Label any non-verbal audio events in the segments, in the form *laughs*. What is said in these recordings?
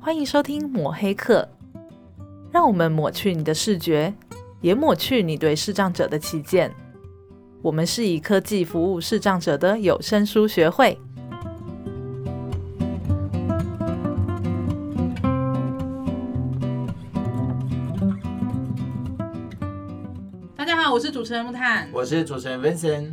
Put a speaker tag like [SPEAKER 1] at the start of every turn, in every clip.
[SPEAKER 1] 欢迎收听抹黑课，让我们抹去你的视觉，也抹去你对视障者的偏见。我们是以科技服务视障者的有声书学会。大家好，我是主持人木炭。
[SPEAKER 2] 我是主持人 Vincent。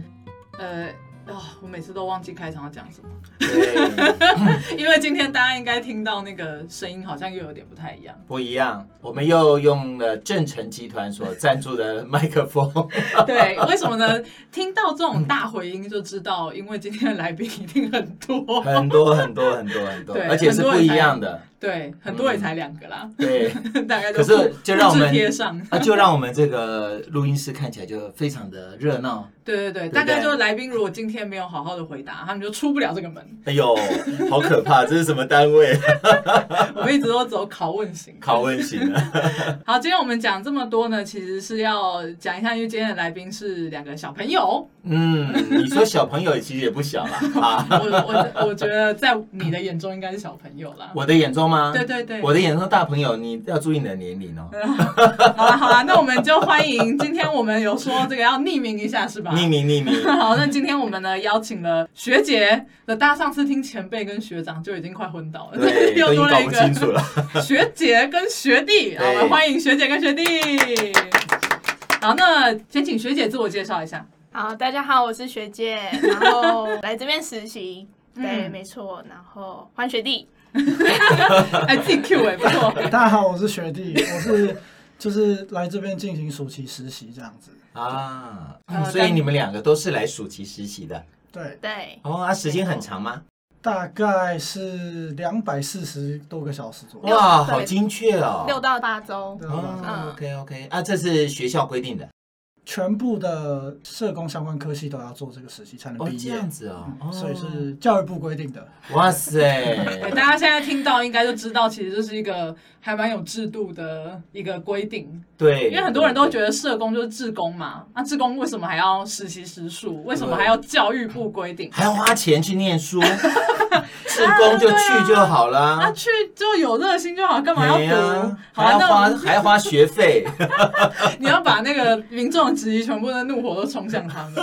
[SPEAKER 1] 呃，啊，我每次都忘记开场要讲什么。
[SPEAKER 2] 对， *laughs*
[SPEAKER 1] 因为今天大家应该听到那个声音好像又有点不太一样，
[SPEAKER 2] 不一样，我们又用了正成集团所赞助的麦克
[SPEAKER 1] *laughs*
[SPEAKER 2] 风。 *laughs*
[SPEAKER 1] 对，为什么呢？听到这种大回音就知道，因为今天的来宾一定很多，
[SPEAKER 2] 很多很多很多很多，
[SPEAKER 1] 对
[SPEAKER 2] 而且是不一样的。
[SPEAKER 1] 对，很多也才两个啦， *laughs*
[SPEAKER 2] 对，
[SPEAKER 1] 大概都
[SPEAKER 2] 可是就让我们
[SPEAKER 1] 复制贴上，
[SPEAKER 2] 那就让我们这个录音室看起来就非常的热闹。
[SPEAKER 1] 对对对，
[SPEAKER 2] 对
[SPEAKER 1] 大概就是来宾如果今天没有好好的回答，他们就出不了这个门。
[SPEAKER 2] 哎呦，好可怕！这是什么单位？
[SPEAKER 1] 我们一直都走拷问型。
[SPEAKER 2] *laughs* 拷问型的。
[SPEAKER 1] 好，今天我们讲这么多呢，其实是要讲一下，因为今天的来宾是两个小朋友，
[SPEAKER 2] 嗯，你说小朋友其实也不小
[SPEAKER 1] *laughs*
[SPEAKER 2] 啦。啊，
[SPEAKER 1] 我我我觉得在你的眼中应该是小朋友
[SPEAKER 2] *laughs*
[SPEAKER 1] 啦。
[SPEAKER 2] 我的眼中吗？
[SPEAKER 1] 对对对，
[SPEAKER 2] 我的眼中大朋友，你要注意你的年
[SPEAKER 1] *laughs*
[SPEAKER 2] 龄哦。
[SPEAKER 1] 好啦好啦，那我们就欢迎。今天我们有说这个要匿名一下是吧？
[SPEAKER 2] 匿名匿名。
[SPEAKER 1] *laughs* 好，那今天我们呢邀请了学姐，那大家上次听前辈跟学长就已经快昏倒了，
[SPEAKER 2] 对，
[SPEAKER 1] *laughs* 又
[SPEAKER 2] 都已经
[SPEAKER 1] 多了
[SPEAKER 2] 搞
[SPEAKER 1] 一
[SPEAKER 2] 不清楚
[SPEAKER 1] 个
[SPEAKER 2] 了。
[SPEAKER 1] 学姐跟学弟，好，我们
[SPEAKER 2] 对
[SPEAKER 1] 欢迎学姐跟学弟。好，那先请学姐自我介绍
[SPEAKER 2] *laughs*
[SPEAKER 1] 一下。
[SPEAKER 3] 好，大家好，我是学姐，然后来这边实习，对，
[SPEAKER 1] 嗯
[SPEAKER 3] 没错，然后换学弟，
[SPEAKER 1] 哎，自己 Q 哎、不错。
[SPEAKER 4] *laughs* 大家好，我是学弟，我是就是来这边进行暑期实习这样子。
[SPEAKER 2] 啊，
[SPEAKER 1] 呃
[SPEAKER 2] 所以你们两个都是来暑期实习的
[SPEAKER 4] 对，
[SPEAKER 3] 对，
[SPEAKER 2] 哦？啊，时间很长吗？
[SPEAKER 4] 大概是两百四十多个小时左右。
[SPEAKER 2] 哇，
[SPEAKER 3] 对
[SPEAKER 2] 好精确哦！
[SPEAKER 3] 六到八周，
[SPEAKER 4] 对啊吧
[SPEAKER 2] 哦
[SPEAKER 3] 嗯
[SPEAKER 2] ，OK OK，啊，这是学校规定的
[SPEAKER 4] 全部的社工相关科系都要做这个实习才能
[SPEAKER 2] 哦，
[SPEAKER 4] 毕
[SPEAKER 2] 这
[SPEAKER 4] 业，嗯
[SPEAKER 2] 样子哦，哦
[SPEAKER 4] 所以是教育部规定的。
[SPEAKER 2] 哇塞，
[SPEAKER 1] 哎大家现在听到应该就知道，其实这是一个还蛮有制度的一个规定。
[SPEAKER 2] 对，
[SPEAKER 1] 因为很多人都觉得社工就是志工嘛，那志工为什么还要实习时数？为什么还要教育部规定？
[SPEAKER 2] 还要花钱去念
[SPEAKER 1] *laughs*
[SPEAKER 2] 书，志工就去就好
[SPEAKER 1] 啊，
[SPEAKER 2] 啦。
[SPEAKER 1] 去就有热心就好，干嘛要
[SPEAKER 2] 没
[SPEAKER 1] 读
[SPEAKER 2] 呀？，
[SPEAKER 1] 好
[SPEAKER 2] 还要
[SPEAKER 1] 啊，
[SPEAKER 2] 花
[SPEAKER 1] 那
[SPEAKER 2] 还要花学费，
[SPEAKER 1] 你要把那个民众的质疑全部的怒火都冲向他们。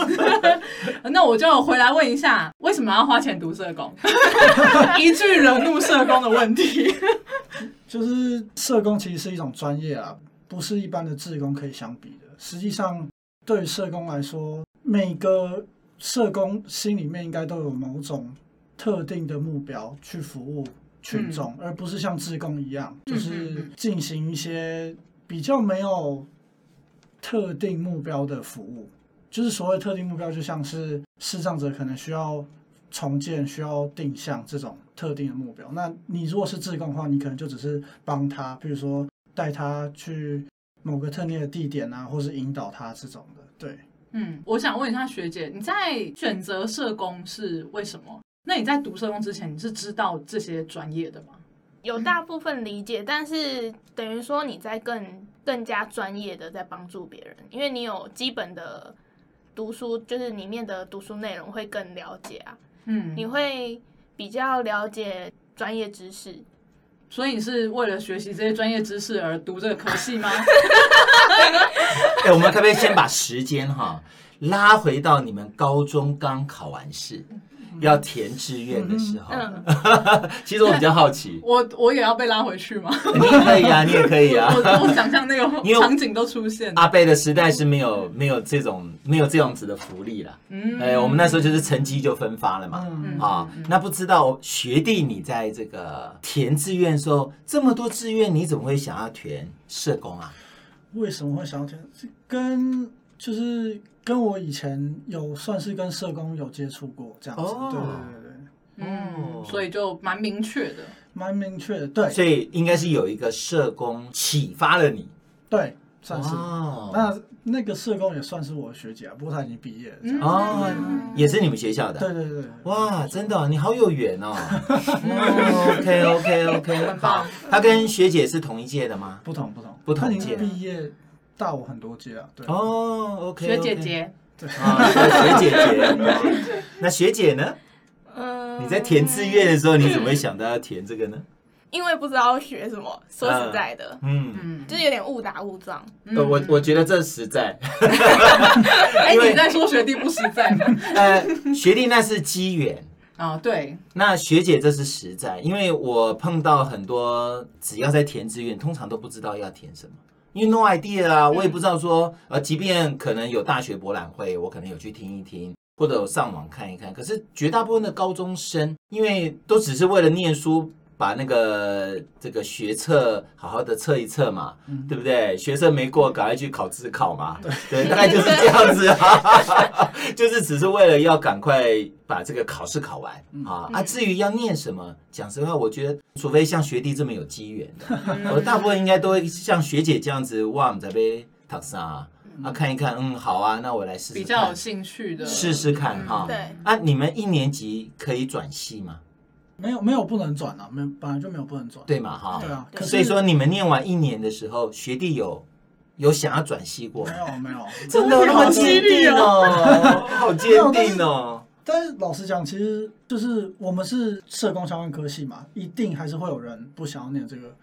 [SPEAKER 1] *laughs* 那我就回来问一下，为什么要花钱读社工？ *laughs* 一句惹怒社工的问题。 *laughs*
[SPEAKER 4] 就是社工其实是一种专业啊，不是一般的志工可以相比的。实际上，对于社工来说，每个社工心里面应该都有某种特定的目标去服务群众，而不是像志工一样，
[SPEAKER 1] 嗯
[SPEAKER 4] 就
[SPEAKER 1] 嗯
[SPEAKER 4] 是进行一些比较没有特定目标的服务。就是所谓特定目标，就像是视障者可能需要重建、需要定向这种特定的目标。那你如果是自贡的话，你可能就只是帮他，比如说带他去某个特定的地点啊，或是引导他这种的。对，
[SPEAKER 1] 嗯，我想问一下学姐，你在选择社工是为什么？那你在读社工之前，你是知道这些专业的吗？
[SPEAKER 3] 有大部分理解，但是等于说你在更更加专业的在帮助别人，因为你有基本的读书，就是里面的读书内容会更了解啊，
[SPEAKER 1] 嗯，
[SPEAKER 3] 你会比较了解专业知识，
[SPEAKER 1] 所以你是为了学习这些专业知识而读这个科系吗？
[SPEAKER 2] *laughs* 哎、我们可不可以先把时间哈拉回到你们高中刚考完试，要填志愿的时候？
[SPEAKER 3] 嗯，
[SPEAKER 2] *laughs* 其实我比较好奇，
[SPEAKER 1] *laughs* 我我也要被拉回去 *laughs* 吗？
[SPEAKER 2] 你也可以啊，你也可以
[SPEAKER 1] *laughs*
[SPEAKER 2] 啊
[SPEAKER 1] 我。我我想象那 *laughs*
[SPEAKER 2] 因为
[SPEAKER 1] 个
[SPEAKER 2] 我
[SPEAKER 1] 场景都出现了。
[SPEAKER 2] 阿贝的时代是没有没有这种没有这样子的福利啦。
[SPEAKER 1] 嗯
[SPEAKER 2] 哎、我们那时候就是成绩就分发了嘛。
[SPEAKER 4] 嗯，
[SPEAKER 2] 啊，那不知道学弟你在这个填志愿的时候，这么多志愿，你怎么会想要填社工啊？
[SPEAKER 4] 为什么会想要填？是跟就是跟我以前有算是跟社工有接触过这样子。
[SPEAKER 2] 哦
[SPEAKER 4] 对对对对，
[SPEAKER 1] 嗯，所以就蛮明确的。
[SPEAKER 4] 蛮明确的。对
[SPEAKER 2] 所以应该是有一个社工启发了你。
[SPEAKER 4] 对，算是。
[SPEAKER 2] 哦
[SPEAKER 4] 那那个社工也算是我的学姐啊，不过她已经毕业了。这样
[SPEAKER 2] 哦，也是你们学校的。
[SPEAKER 4] 对对对对。
[SPEAKER 2] 哇，真的哦、你好有缘 *laughs* 哦。OK OK *laughs* OK，好，他跟学姐是同一届的吗？
[SPEAKER 4] 不同不同，
[SPEAKER 2] 不同
[SPEAKER 4] 他已经
[SPEAKER 2] 届
[SPEAKER 4] 毕业大我很多届啊，对，
[SPEAKER 2] 哦，OK，
[SPEAKER 1] 学姐姐，
[SPEAKER 2] 啊，学姐 *laughs* 姐。那学姐呢？
[SPEAKER 3] 嗯，
[SPEAKER 2] 嗯你在填志愿的时候，你怎么会想到要填这个呢？
[SPEAKER 3] 因为不知道学什么，说实在的，
[SPEAKER 2] 嗯，
[SPEAKER 1] 嗯，
[SPEAKER 3] 就是有点误打误撞。
[SPEAKER 2] 呃我我觉得这实在，
[SPEAKER 1] 哎，
[SPEAKER 2] 因为
[SPEAKER 1] 你在说学弟不实在 *laughs* 吗？
[SPEAKER 2] 呃，学弟那是机缘，
[SPEAKER 1] 啊，对，
[SPEAKER 2] 那学姐这是实在，因为我碰到很多只要在填志愿，通常都不知道要填什么。因为 no idea 啊，我也不知道说，呃，即便可能有大学博览会，我可能有去听一听，或者有上网看一看，可是绝大部分的高中生，因为都只是为了念书，把那个这个学测好好的测一测嘛，对不对？学测没过，赶快去考自考嘛，对，大概就是这样子啊， *laughs* 就是只是为了要赶快把这个考试考完啊啊！至于要念什么，讲实话，我觉得除非像学弟这么有机缘的，
[SPEAKER 1] 嗯
[SPEAKER 2] 我大部分应该都会像学姐这样子，哇，在被塔上啊，啊看一看，嗯，好啊，那我来试试看，
[SPEAKER 1] 比较有嗯兴趣的，
[SPEAKER 2] 试试看哈。
[SPEAKER 3] 对，
[SPEAKER 2] 啊，你们一年级可以转系吗？
[SPEAKER 4] 没有没有不能转啊，没有本来就没有不能转。
[SPEAKER 2] 对嘛哈？
[SPEAKER 4] 对啊，可是
[SPEAKER 2] 所以说你们念完一年的时候，学弟有有想要转系过吗
[SPEAKER 4] 没？有没
[SPEAKER 2] *laughs*
[SPEAKER 4] 有，
[SPEAKER 2] 真的那么坚定
[SPEAKER 1] *laughs*
[SPEAKER 2] 哦，好坚定哦。
[SPEAKER 4] 但是老实讲，其实就是我们是社工相关科系嘛，一定还是会有人不想要念这个，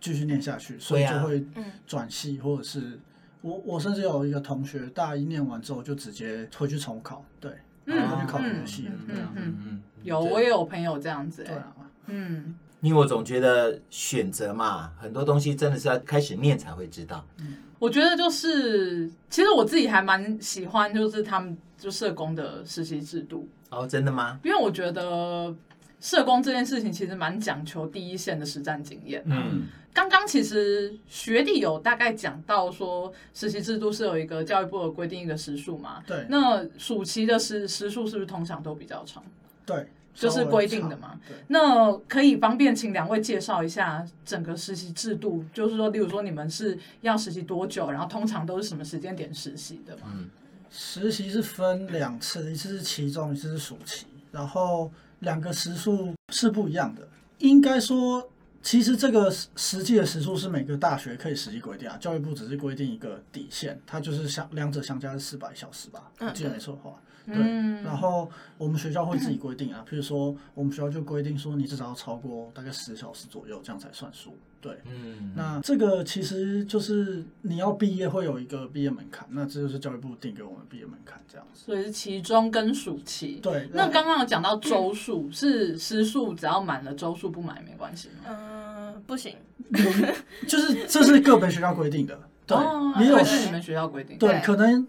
[SPEAKER 4] 继续念下去，所以
[SPEAKER 2] 对啊
[SPEAKER 4] 就会
[SPEAKER 3] 嗯
[SPEAKER 4] 转系，或者是我我甚至有一个同学大一念完之后就直接回去重考，对，
[SPEAKER 1] 嗯
[SPEAKER 4] 回去考别
[SPEAKER 1] 嗯
[SPEAKER 4] 的系了，对
[SPEAKER 1] 嗯
[SPEAKER 4] 啊，
[SPEAKER 1] 嗯，
[SPEAKER 2] 嗯，
[SPEAKER 1] 有，我也有朋友这样子，哎
[SPEAKER 4] 对啊，
[SPEAKER 1] 嗯，
[SPEAKER 2] 因为我总觉得选择嘛，很多东西真的是要开始念才会知道。
[SPEAKER 1] 我觉得就是，其实我自己还蛮喜欢，就是他们就社工的实习制度，
[SPEAKER 2] 哦，真的吗？
[SPEAKER 1] 因为我觉得社工这件事情其实蛮讲求第一线的实战经验。
[SPEAKER 2] 嗯
[SPEAKER 1] 刚刚其实学弟有大概讲到说，实习制度是有一个教育部有规定一个时数嘛，
[SPEAKER 4] 对
[SPEAKER 1] 那暑期的时时数是不是通常都比较长？
[SPEAKER 4] 对，
[SPEAKER 1] 就是
[SPEAKER 4] 稍微
[SPEAKER 1] 规定的
[SPEAKER 4] 差
[SPEAKER 1] 嘛，
[SPEAKER 4] 对。
[SPEAKER 1] 那可以方便请两位介绍一下整个实习制度，就是说，例如说你们是要实习多久，然后通常都是什么时间点实习的吗？
[SPEAKER 2] 嗯
[SPEAKER 4] 实习是分两次，一次是期中，一次是暑期，然后两个时数是不一样的。应该说，其实这个实实际的时数是每个大学可以实际规定啊，教育部只是规定一个底线，它就是相两者相加是四百小时吧，我记得没错的话。对，
[SPEAKER 1] 嗯
[SPEAKER 4] 然后我们学校会自己规定啊，比如说我们学校就规定说，你至少要超过大概十小时左右，这样才算数。对，
[SPEAKER 2] 嗯，
[SPEAKER 4] 那这个其实就是你要毕业会有一个毕业门槛，那这就是教育部定给我们毕业门槛这样子。
[SPEAKER 1] 所以是期中跟暑期。
[SPEAKER 4] 对，
[SPEAKER 1] 那刚刚有讲到周数，是时数只要满了周数不满也没关系吗？
[SPEAKER 3] 嗯、不行，
[SPEAKER 4] 就是这是个别学校规定
[SPEAKER 1] *laughs*
[SPEAKER 4] 的，对
[SPEAKER 1] 哦，
[SPEAKER 4] 也有
[SPEAKER 1] 对
[SPEAKER 3] 是
[SPEAKER 1] 是你们学校规定。
[SPEAKER 4] 对
[SPEAKER 3] 对
[SPEAKER 4] 可能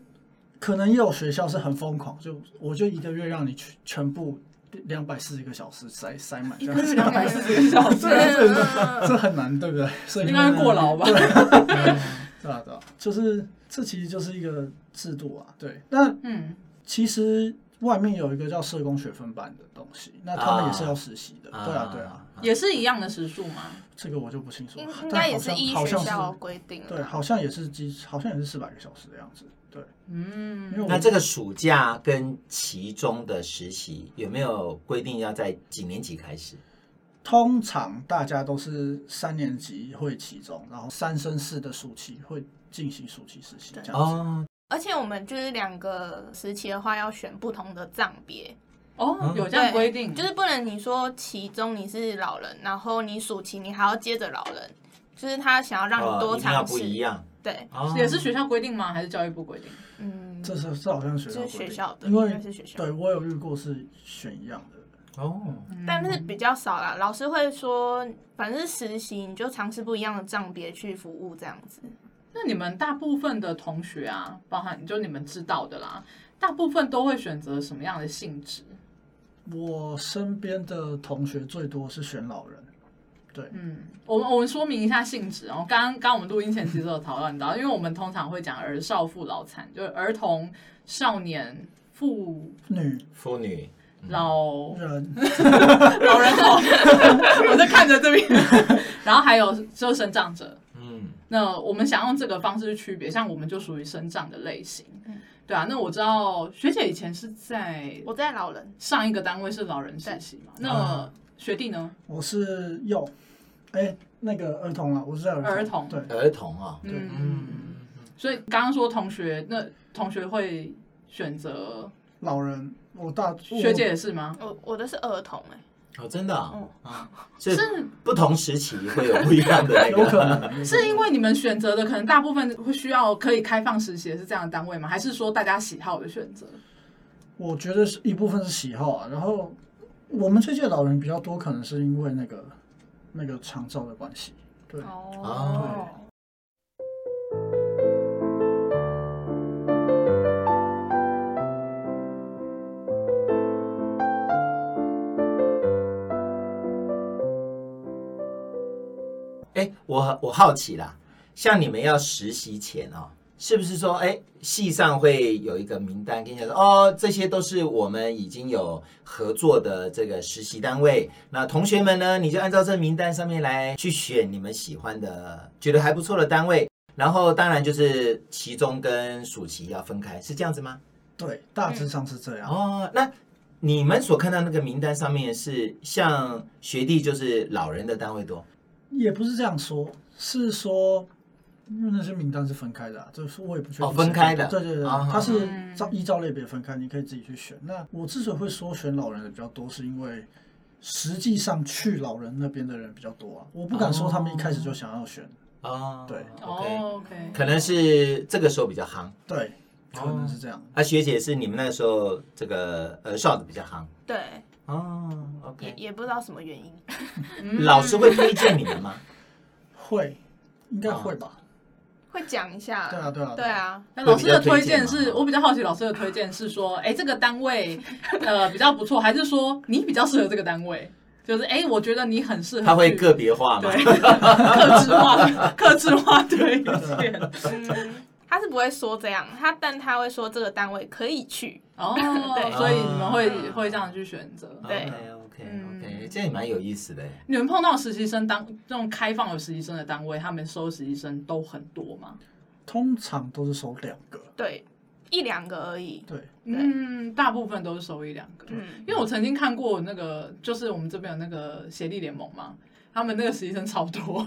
[SPEAKER 4] 可能也有学校是很疯狂，就我就一个月让你全全部两百四十个小时塞塞满这样子，
[SPEAKER 1] 两百四十个小时
[SPEAKER 4] 对啊，这很 *laughs* 这很难，对不对？所以
[SPEAKER 1] 应该会过劳吧？
[SPEAKER 4] 对啊对啊，就是这其实就是一个制度啊，对，那
[SPEAKER 1] 嗯，
[SPEAKER 4] 其实外面有一个叫社工学分班的东西，那他们也是要实习的。对啊，对啊，，
[SPEAKER 1] 也是一样的时数吗？
[SPEAKER 4] 这个我就不清楚
[SPEAKER 3] 应
[SPEAKER 4] 了。
[SPEAKER 3] 应
[SPEAKER 4] 但
[SPEAKER 3] 该嗯也
[SPEAKER 4] 好
[SPEAKER 3] 是
[SPEAKER 4] 像
[SPEAKER 3] 依
[SPEAKER 4] 好
[SPEAKER 3] 学
[SPEAKER 4] 像
[SPEAKER 3] 校
[SPEAKER 4] 是
[SPEAKER 3] 规定
[SPEAKER 4] 对，
[SPEAKER 3] 的。
[SPEAKER 4] 好像也是几，好像也是四百个小时的样子。对，
[SPEAKER 1] 嗯
[SPEAKER 4] 因为，我
[SPEAKER 2] 那这个暑假跟期中的实习有没有规定要在几年级开始？
[SPEAKER 4] 通常大家都是三年级会期中，然后三升四的暑期会进行暑期实习这
[SPEAKER 3] 对
[SPEAKER 4] 样子。
[SPEAKER 2] 哦，
[SPEAKER 3] 而且我们就是两个时期的话，要选不同的账别，
[SPEAKER 1] 哦，
[SPEAKER 2] 嗯
[SPEAKER 1] 有这
[SPEAKER 3] 对，
[SPEAKER 1] 样规定，
[SPEAKER 3] 就是不能你说其中你是老人，然后你暑期你还要接着老人，就是他想要让
[SPEAKER 2] 哦
[SPEAKER 3] 你多
[SPEAKER 2] 一定要
[SPEAKER 3] 尝
[SPEAKER 2] 不
[SPEAKER 3] 试。
[SPEAKER 2] 一样，
[SPEAKER 3] 对，
[SPEAKER 2] 哦
[SPEAKER 1] 也是学校规定吗？还是教育部规定？
[SPEAKER 3] 嗯，
[SPEAKER 4] 这是这好像学校
[SPEAKER 3] 是
[SPEAKER 4] 规定
[SPEAKER 3] 学校的，
[SPEAKER 4] 因
[SPEAKER 3] 应该
[SPEAKER 4] 为
[SPEAKER 3] 是学校的，
[SPEAKER 4] 对我有遇过是选一样的。
[SPEAKER 2] 哦，
[SPEAKER 1] 嗯
[SPEAKER 3] 但是比较少啦。老师会说，反正是实习你就尝试不一样的账别去服务这样子。
[SPEAKER 1] 那你们大部分的同学啊，包含就你们知道的啦，大部分都会选择什么样的性质？
[SPEAKER 4] 我身边的同学最多是选老人，对，
[SPEAKER 1] 嗯，我们我们说明一下性质哦。然后刚刚刚我们录音前其实有讨论到，因为我们通常会讲儿少妇老残，就是儿童、少年、妇、
[SPEAKER 4] 女
[SPEAKER 2] 妇女
[SPEAKER 1] 老
[SPEAKER 4] 人
[SPEAKER 1] 老人 *laughs* 口，我在看着这边，然后还有就是生长者。
[SPEAKER 2] 嗯，
[SPEAKER 1] 那我们想用这个方式去区别，像我们就属于生长的类型，对啊。那我知道学姐以前是在
[SPEAKER 3] 我在老人，
[SPEAKER 1] 上一个单位是老人实习嘛，那
[SPEAKER 2] 啊
[SPEAKER 1] 学弟呢？
[SPEAKER 4] 我是幼，哎、那个儿童啊，我是在儿童。
[SPEAKER 1] 儿童
[SPEAKER 4] 对，
[SPEAKER 2] 儿童啊，
[SPEAKER 4] 对
[SPEAKER 1] 嗯，
[SPEAKER 2] 嗯，
[SPEAKER 1] 所以刚刚说同学，那同学会选择
[SPEAKER 4] 老人，我大
[SPEAKER 1] 学姐，也是吗？
[SPEAKER 3] 我我的是儿童哎、
[SPEAKER 2] 哦，真的啊
[SPEAKER 3] 嗯，
[SPEAKER 2] 啊，是
[SPEAKER 1] 是
[SPEAKER 2] 不同时期会有不一样的那
[SPEAKER 4] 有可
[SPEAKER 2] 个。
[SPEAKER 4] 能
[SPEAKER 1] 是因为你们选择的可能大部分会需要可以开放实习的是这样的单位吗？还是说大家喜好的选择？
[SPEAKER 4] 我觉得是一部分是喜好啊，然后我们这届老人比较多，可能是因为那个那个长照的关系。对，
[SPEAKER 2] 哦
[SPEAKER 3] 哦，
[SPEAKER 2] 哎，我我好奇啦，像你们要实习前哦，是不是说，哎，系上会有一个名单跟你讲说，哦，这些都是我们已经有合作的这个实习单位，那同学们呢，你就按照这名单上面来去选你们喜欢的、觉得还不错的单位。然后当然就是期中跟暑期要分开，是这样子吗？
[SPEAKER 4] 对，大
[SPEAKER 1] 嗯
[SPEAKER 4] 致上是这样。
[SPEAKER 2] 哦，那你们所看到那个名单上面是像学弟就是老人的单位多，
[SPEAKER 4] 也不是这样说，是说，因为那些名单是分开的、啊，就是我也不确定
[SPEAKER 2] 哦
[SPEAKER 4] 是
[SPEAKER 2] 分开的
[SPEAKER 4] 对对对，
[SPEAKER 2] 啊
[SPEAKER 4] 它是
[SPEAKER 1] 嗯
[SPEAKER 4] 照依照类别分开，你可以自己去选。那我之所以会说选老人的比较多，是因为实际上去老人那边的人比较多啊，我不敢说他们一开始就想要选，
[SPEAKER 2] 哦，
[SPEAKER 4] 对
[SPEAKER 2] ，OK，
[SPEAKER 1] 哦，OK， *laughs*
[SPEAKER 2] 可能是这个时候比较夯。
[SPEAKER 4] 对，可能是这样。
[SPEAKER 2] 啊，学姐是你们那个时候这个呃少的比较夯
[SPEAKER 3] 对，
[SPEAKER 2] 哦
[SPEAKER 3] 也
[SPEAKER 2] ，OK，
[SPEAKER 3] 也不知道什么原因，
[SPEAKER 1] 嗯
[SPEAKER 2] 老师会推荐你们
[SPEAKER 1] *laughs*
[SPEAKER 2] 吗？
[SPEAKER 4] 会，应该会吧？
[SPEAKER 3] 会讲一
[SPEAKER 2] 哦
[SPEAKER 3] 下。
[SPEAKER 4] 对啊对啊对啊
[SPEAKER 3] 对啊，
[SPEAKER 1] 那老师的推
[SPEAKER 2] 会
[SPEAKER 1] 荐
[SPEAKER 2] 比较推荐
[SPEAKER 1] 是
[SPEAKER 2] 吗
[SPEAKER 1] 我比较好奇，老师的推荐是说，哎、这个单位呃比较不错， *laughs* 还是说你比较适合这个单位？就是哎、诶我觉得你很适合去。
[SPEAKER 2] 他会个别化吗？
[SPEAKER 1] 对， *laughs* 克制化， *laughs* 克制化推荐。
[SPEAKER 3] 嗯， *laughs* 他是不会说这样，他但他会说这个单位可以去。
[SPEAKER 1] 哦
[SPEAKER 3] 对，
[SPEAKER 1] 所以你们会
[SPEAKER 2] 啊
[SPEAKER 1] 会这样去选择。
[SPEAKER 3] 对
[SPEAKER 2] ，OK，OK，OK，、
[SPEAKER 1] 嗯
[SPEAKER 2] 哦这也蛮有意思的耶。
[SPEAKER 1] 你们碰到实习生当这种开放有实习生的单位，他们收实习生都很多吗？
[SPEAKER 4] 通常都是收两个，
[SPEAKER 3] 对，一两个而已。
[SPEAKER 4] 对，
[SPEAKER 3] 对
[SPEAKER 1] 嗯，大部分都是收一两个。
[SPEAKER 3] 嗯，
[SPEAKER 1] 因为我曾经看过那个，就是我们这边有那个协力联盟嘛，他们那个实习生超多，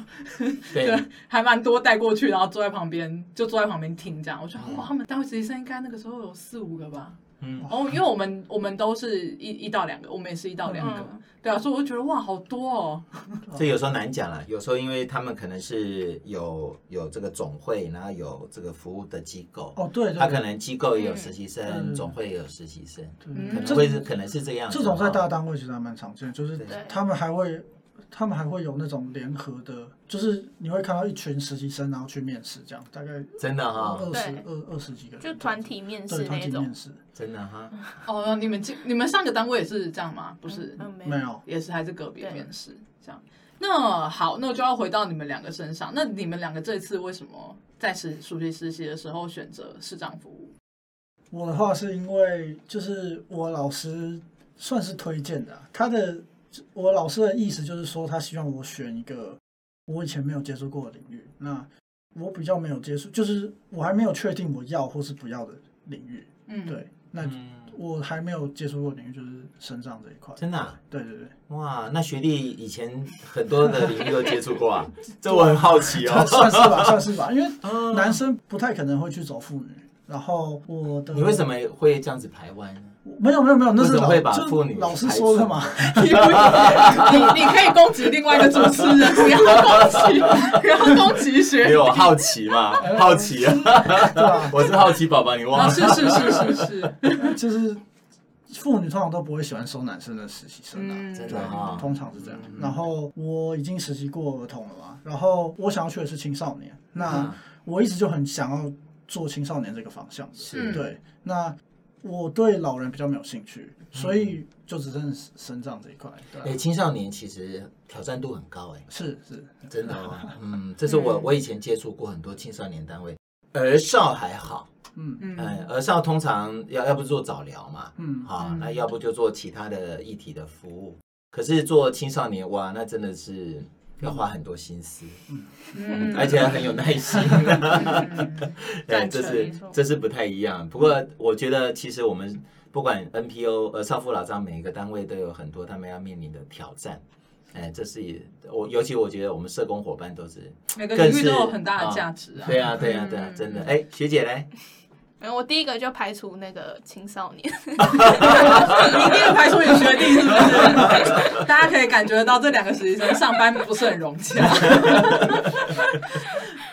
[SPEAKER 2] 对，
[SPEAKER 1] 还蛮多带过去，然后坐在旁边就坐在旁边听这样。我觉得
[SPEAKER 2] 嗯
[SPEAKER 1] 哇，他们单位实习生应该那个时候有四五个吧。
[SPEAKER 2] 嗯，
[SPEAKER 1] 哦，因为我们我们都是一一到两个，我们也是一到两个，
[SPEAKER 3] 嗯
[SPEAKER 1] 对啊，所以我就觉得哇，好多哦。
[SPEAKER 2] 这有时候难讲了，有时候因为他们可能是有有这个总会，然后有这个服务的机构，
[SPEAKER 4] 哦对
[SPEAKER 2] 他
[SPEAKER 4] 对
[SPEAKER 2] 可能机构也有实习生，
[SPEAKER 4] 嗯
[SPEAKER 2] 总会也有实习生，
[SPEAKER 4] 对，
[SPEAKER 2] 可
[SPEAKER 1] 嗯
[SPEAKER 2] 能会是可能是这样子
[SPEAKER 4] 这
[SPEAKER 2] 哦。
[SPEAKER 4] 种在大单位其实还蛮常见，就是
[SPEAKER 2] 对
[SPEAKER 4] 他们还会，他们还会有那种联合的，就是你会看到一群实习生然后去面试，这样大概
[SPEAKER 2] 真的哈、
[SPEAKER 4] 二十
[SPEAKER 3] 对
[SPEAKER 4] 二二十几个人
[SPEAKER 3] 就
[SPEAKER 4] 这样子，
[SPEAKER 3] 团体面试
[SPEAKER 4] 对团
[SPEAKER 3] 那
[SPEAKER 4] 体
[SPEAKER 3] 种
[SPEAKER 4] 面。试，
[SPEAKER 2] 真的哈、
[SPEAKER 1] 哦，你们进你们上个单位也是这样吗？不是，
[SPEAKER 3] 嗯，没
[SPEAKER 4] 没
[SPEAKER 3] 有。
[SPEAKER 4] 有
[SPEAKER 1] 也是还是个别
[SPEAKER 3] 对
[SPEAKER 1] 面试这样。那好，那就要回到你们两个身上。那你们两个这次为什么在实暑期实习的时候选择市长服务？
[SPEAKER 4] 我的话是因为就是我老师算是推荐的啊、他的我老师的意思就是说，他希望我选一个我以前没有接触过的领域，那我比较没有接触，就是我还没有确定我要或是不要的领域，
[SPEAKER 1] 嗯，
[SPEAKER 4] 对，那
[SPEAKER 2] 嗯，
[SPEAKER 4] 我还没有接触过的领域就是身上这一块。
[SPEAKER 2] 真的啊、
[SPEAKER 4] 对对对，
[SPEAKER 2] 哇，那学弟以前很多的领域都接触过 *laughs* 啊，这我很好奇哦。
[SPEAKER 4] *laughs* 算是吧，算是吧，因为
[SPEAKER 2] 嗯
[SPEAKER 4] 男生不太可能会去走妇女。然后我
[SPEAKER 2] *laughs*
[SPEAKER 4] 的
[SPEAKER 2] 你为什么会这样子排湾呢？ *laughs*
[SPEAKER 4] 没有没有没有，那是
[SPEAKER 2] 为什么
[SPEAKER 4] 老
[SPEAKER 2] 会把
[SPEAKER 4] 就是
[SPEAKER 2] 妇女
[SPEAKER 4] 老师
[SPEAKER 2] 排除
[SPEAKER 4] 说
[SPEAKER 2] *laughs*
[SPEAKER 4] 的嘛？
[SPEAKER 1] *laughs* 你你你可以攻击另外一个主持人，不要攻击， *laughs* 不要攻击学
[SPEAKER 2] 因为我好奇 *laughs* 嘛，好奇啊，
[SPEAKER 4] 对吧？
[SPEAKER 2] 我是好奇宝宝，你
[SPEAKER 1] 啊，
[SPEAKER 2] 忘 *laughs* 了？
[SPEAKER 1] 是是是是是，
[SPEAKER 4] 就是妇女通常都不会喜欢收男生的实习生啊，
[SPEAKER 1] 嗯，
[SPEAKER 2] 真的
[SPEAKER 4] 对
[SPEAKER 2] 啊，
[SPEAKER 4] 通常是这样
[SPEAKER 2] 嗯。
[SPEAKER 4] 然后我已经实习过儿童了嘛，然后我想要去的是青少年，
[SPEAKER 2] 嗯
[SPEAKER 4] 那我一直就很想要做青少年这个方向的。
[SPEAKER 2] 是
[SPEAKER 4] 对，那我对老人比较没有兴趣，所以
[SPEAKER 1] 嗯
[SPEAKER 4] 就只剩生长这一块。
[SPEAKER 2] 哎，
[SPEAKER 4] 对，啊
[SPEAKER 2] 青少年其实挑战度很高哎，
[SPEAKER 4] 是是，
[SPEAKER 2] 真的 *laughs* 哦，嗯，这是我
[SPEAKER 1] 嗯
[SPEAKER 2] 我以前接触过很多青少年单位，儿少还好，
[SPEAKER 4] 嗯
[SPEAKER 2] 嗯，
[SPEAKER 1] 嗯
[SPEAKER 2] 儿少通常要要不做早疗嘛，
[SPEAKER 4] 嗯，
[SPEAKER 2] 啊
[SPEAKER 1] 嗯，
[SPEAKER 2] 那要不就做其他的议题的服务。可是做青少年哇，那真的是要花很多心思，
[SPEAKER 1] 嗯
[SPEAKER 2] *laughs* 而且很有耐心。对，
[SPEAKER 1] 赞成
[SPEAKER 2] 这是
[SPEAKER 3] 没错
[SPEAKER 2] 这是不太一样。不过我觉得其实我们不管 NPO 呃少妇老张每一个单位都有很多他们要面临的挑战。哎，这是也我尤其我觉得我们社工伙伴都是，
[SPEAKER 1] 每个领域都有很大的价值啊。
[SPEAKER 2] 对啊对啊对啊，真的。哎，学姐嘞，
[SPEAKER 3] 没有，我第一个就排除那个青少年。
[SPEAKER 1] *laughs* 你第一个排除你学弟是不是？大家 *laughs* 家可以感觉到这两个实习生上班不是很融洽。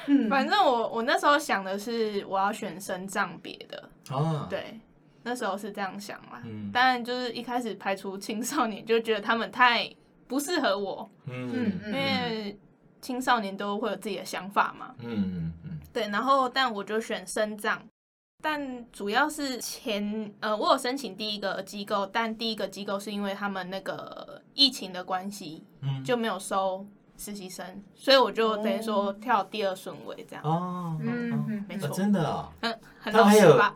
[SPEAKER 1] 嗯，
[SPEAKER 3] 反正我我那时候想的是我要选深藏别的，
[SPEAKER 2] 啊，
[SPEAKER 3] 对，那时候是这样想啦。
[SPEAKER 2] 嗯
[SPEAKER 3] 当然就是一开始排除青少年，就觉得他们太不适合我，
[SPEAKER 2] 嗯
[SPEAKER 1] 嗯
[SPEAKER 3] 因为青少年都会有自己的想法嘛。
[SPEAKER 2] 嗯嗯
[SPEAKER 3] 对，然后但我就选深藏，但主要是前呃，我有申请第一个机构，但第一个机构是因为他们那个疫情的关系
[SPEAKER 2] 嗯，
[SPEAKER 3] 就没有收实习生，所以我就等于说
[SPEAKER 1] 哦
[SPEAKER 3] 跳第二顺位这样。
[SPEAKER 2] 哦，
[SPEAKER 1] 嗯
[SPEAKER 2] 嗯，
[SPEAKER 1] 嗯
[SPEAKER 3] 没
[SPEAKER 2] 哦
[SPEAKER 3] 错，
[SPEAKER 2] 真的哦，
[SPEAKER 3] 很很
[SPEAKER 2] 他
[SPEAKER 3] 老
[SPEAKER 2] 还
[SPEAKER 3] 实
[SPEAKER 2] 有
[SPEAKER 3] 吧？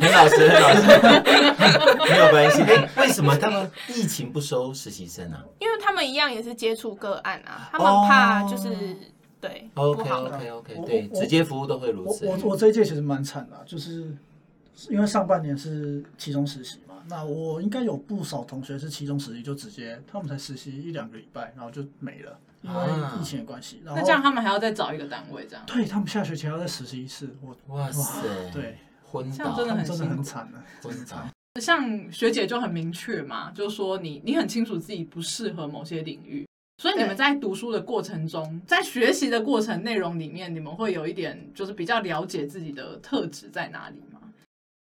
[SPEAKER 2] 很老实，很老实，没有关系。哎，为什么他们疫情不收实习生啊
[SPEAKER 3] 因为他们一样也是接触个案啊，他
[SPEAKER 2] 哦
[SPEAKER 3] 们怕就是、对不
[SPEAKER 2] ？OK
[SPEAKER 3] 好的。
[SPEAKER 2] OK OK，
[SPEAKER 4] 我
[SPEAKER 2] 对，
[SPEAKER 4] 我
[SPEAKER 2] 直接服务都会如
[SPEAKER 4] 我
[SPEAKER 2] 此。
[SPEAKER 4] 我我这一届其实蛮惨的啊、就是因为上半年是期中实习嘛，那我应该有不少同学是期中实习就直接他们才实习一两个礼拜，然后就没了，因
[SPEAKER 2] 啊
[SPEAKER 4] 为疫情的关系。然
[SPEAKER 1] 那这样
[SPEAKER 4] 后
[SPEAKER 1] 他们还要再找一个单位这样。
[SPEAKER 4] 对他们下学期还要再实习一次，我
[SPEAKER 2] 哇塞，
[SPEAKER 4] 啊对，
[SPEAKER 2] 昏
[SPEAKER 1] 这
[SPEAKER 2] 倒
[SPEAKER 1] 样，真的
[SPEAKER 4] 他
[SPEAKER 1] 很
[SPEAKER 4] 们真的
[SPEAKER 1] 辛
[SPEAKER 4] 很
[SPEAKER 1] 苦
[SPEAKER 4] 惨啊的、
[SPEAKER 2] 昏
[SPEAKER 3] *laughs*
[SPEAKER 2] 倒。
[SPEAKER 1] 像学姐就很明确嘛，就说你你很清楚自己不适合某些领域，所以你们
[SPEAKER 3] 对
[SPEAKER 1] 在读书的过程中，在学习的过程内容里面，你们会有一点就是比较了解自己的特质在哪里吗？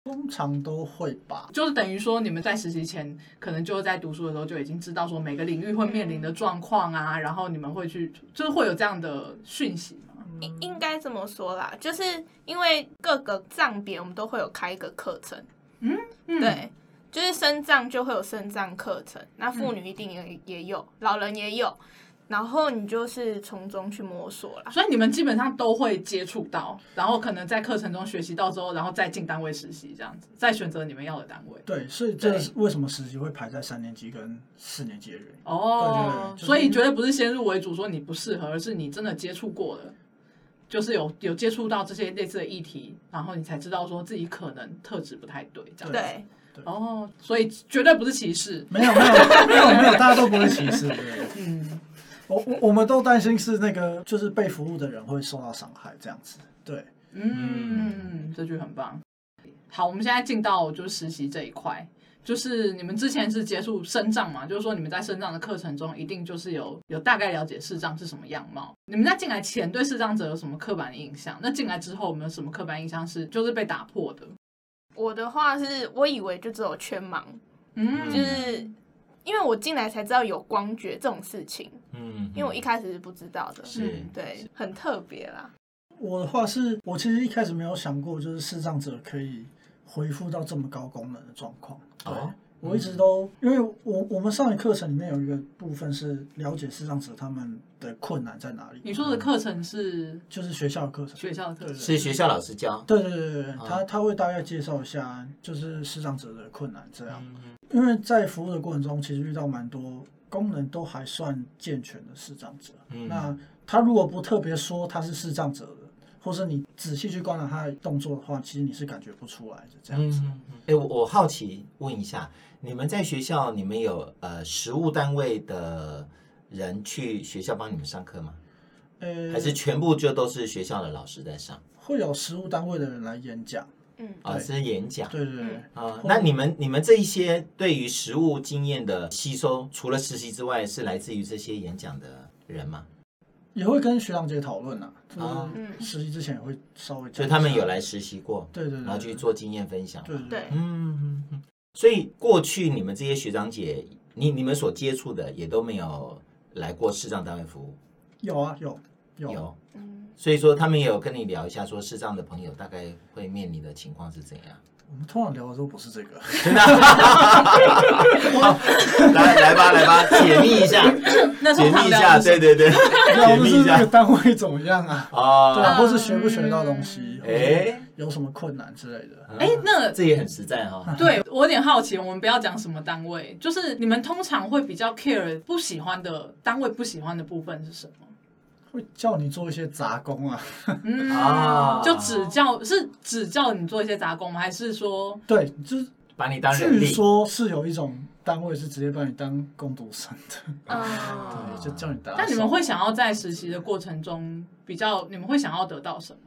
[SPEAKER 4] 通常都会吧。
[SPEAKER 1] 就是等于说你们在实习前，可能就在读书的时候就已经知道说每个领域会面临的状况啊，然后你们会去就是会有这样的讯息吗？
[SPEAKER 2] 嗯
[SPEAKER 3] 应应该这么说啦，就是因为各个藏别我们都会有开一个课程，
[SPEAKER 1] 嗯，
[SPEAKER 3] 对，就是深藏就会有深藏课程，那
[SPEAKER 2] 嗯
[SPEAKER 3] 妇女一定也、也有，老人也有，然后你就是从中去摸索啦。
[SPEAKER 1] 啊所以你们基本上都会接触到，然后可能在课程中学习到之后，然后再进单位实习这样子，再选择你们要的单位。
[SPEAKER 4] 对，所以这是为什么实习会排在三年级跟四年级的原因。
[SPEAKER 1] 哦
[SPEAKER 4] 对对，对
[SPEAKER 1] 所以绝对不是先入为主说你不适合，而是你真的接触过了，就是有有接触到这些类似的议题，然后你才知道说自己可能特质不太对这样。
[SPEAKER 4] 对
[SPEAKER 3] 对，
[SPEAKER 1] 哦，所以绝对不是歧视。
[SPEAKER 4] 没有没有没有没有，大家都不会歧视。对
[SPEAKER 1] 嗯，
[SPEAKER 4] 我我我们都担心是那个就是被服务的人会受到伤害这样子。对，
[SPEAKER 1] 嗯，这句很棒。好，我们现在进到就是实习这一块，就是你们之前是接触生障嘛，就是说你们在生障的课程中，一定就是有有大概了解视障是什么样貌。你们在进来前对视障者有什么刻板印象？那进来之后，有没有什么刻板印象是就是被打破的？
[SPEAKER 3] 我的话是我以为就只有全盲，
[SPEAKER 1] 嗯，
[SPEAKER 3] 就是因为我进来才知道有光觉这种事情，
[SPEAKER 2] 嗯，
[SPEAKER 3] 因为我一开始是不知道的，
[SPEAKER 2] 是
[SPEAKER 3] 对，很特别啦。
[SPEAKER 4] 我的话是我其实一开始没有想过，就是视障者可以恢复到这么高功能的状况。对，
[SPEAKER 2] 哦
[SPEAKER 4] 我一直都因为我我们上的课程里面有一个部分是了解视障者他们的困难在哪里，
[SPEAKER 1] 你说的课程是
[SPEAKER 4] 就是学校的课程。
[SPEAKER 1] 学校的课程，
[SPEAKER 2] 是学校老师教。
[SPEAKER 4] 对对对对
[SPEAKER 2] 嗯
[SPEAKER 4] 对，他他会大概介绍一下，就是视障者的困难这样。
[SPEAKER 2] 嗯
[SPEAKER 4] 因为在服务的过程中，其实遇到蛮多功能都还算健全的视障者。
[SPEAKER 2] 嗯
[SPEAKER 4] 那他如果不特别说他是视障者的，或是你仔细去观察他的动作的话，其实你是感觉不出来的这样子。
[SPEAKER 2] 嗯，哎、我我好奇问一下，你们在学校你们有呃实务单位的人去学校帮你们上课吗？
[SPEAKER 4] 呃，
[SPEAKER 2] 嗯还是全部就都是学校的老师在上
[SPEAKER 4] 会有实务单位的人来演讲。
[SPEAKER 3] 嗯，
[SPEAKER 2] 啊？
[SPEAKER 4] 对
[SPEAKER 2] 是演讲
[SPEAKER 4] 对对对对
[SPEAKER 3] 嗯，
[SPEAKER 2] 啊？那你们你们这一些对于实务经验的吸收，除了实习之外，是来自于这些演讲的人吗？
[SPEAKER 4] 也会跟学长姐讨论啊，就
[SPEAKER 2] 啊
[SPEAKER 3] 嗯
[SPEAKER 4] 是实习之前也会稍微讲一下。
[SPEAKER 2] 所以他们有来实习过，
[SPEAKER 4] 对对对，
[SPEAKER 2] 然后去做经验分享。
[SPEAKER 4] 对。对对
[SPEAKER 3] 对，
[SPEAKER 2] 嗯嗯，嗯所以过去你们这些学长姐，你你们所接触的也都没有来过视障单位服务，
[SPEAKER 4] 有啊有有
[SPEAKER 2] 有。
[SPEAKER 3] 嗯，
[SPEAKER 2] 所以说他们也有跟你聊一下，说视障的朋友大概会面临的情况是怎样？ *laughs*
[SPEAKER 4] 我们通常聊的都不是这个。
[SPEAKER 2] 来来吧来吧，解密一
[SPEAKER 4] *laughs*
[SPEAKER 2] 下，
[SPEAKER 1] 那
[SPEAKER 2] 解
[SPEAKER 1] 通
[SPEAKER 2] 密
[SPEAKER 1] 常
[SPEAKER 2] 一
[SPEAKER 1] 聊
[SPEAKER 2] 下，
[SPEAKER 1] 的是
[SPEAKER 2] 对对对， *laughs*
[SPEAKER 4] 聊
[SPEAKER 2] 解
[SPEAKER 4] 的
[SPEAKER 2] 密
[SPEAKER 4] 是
[SPEAKER 2] 一
[SPEAKER 4] *laughs* 那个
[SPEAKER 2] 下
[SPEAKER 4] 单位怎么样
[SPEAKER 2] *laughs*
[SPEAKER 4] 啊？对
[SPEAKER 2] 哦。
[SPEAKER 4] 啊，或是学不学到东西，或是
[SPEAKER 2] 哎
[SPEAKER 4] 有什么困难之类的。
[SPEAKER 1] 哎，那
[SPEAKER 2] 这也很实在哈、
[SPEAKER 1] 对我有点好奇，我们不要讲什么单位，就是你们通常会比较 care 不喜欢的单位不喜欢的部分是什么？
[SPEAKER 4] 会叫你做一些杂工啊，
[SPEAKER 1] 嗯
[SPEAKER 2] 啊
[SPEAKER 1] 就只教是只教你做一些杂工吗？还是说
[SPEAKER 4] 对，就是
[SPEAKER 2] 把你当人
[SPEAKER 4] 据
[SPEAKER 2] 力，
[SPEAKER 4] 说是有一种单位是直接把你当工读生的，
[SPEAKER 3] 嗯
[SPEAKER 4] 对，就叫你打扫。
[SPEAKER 1] 那你们会想要在实习的过程中比较，你们会想要得到什么？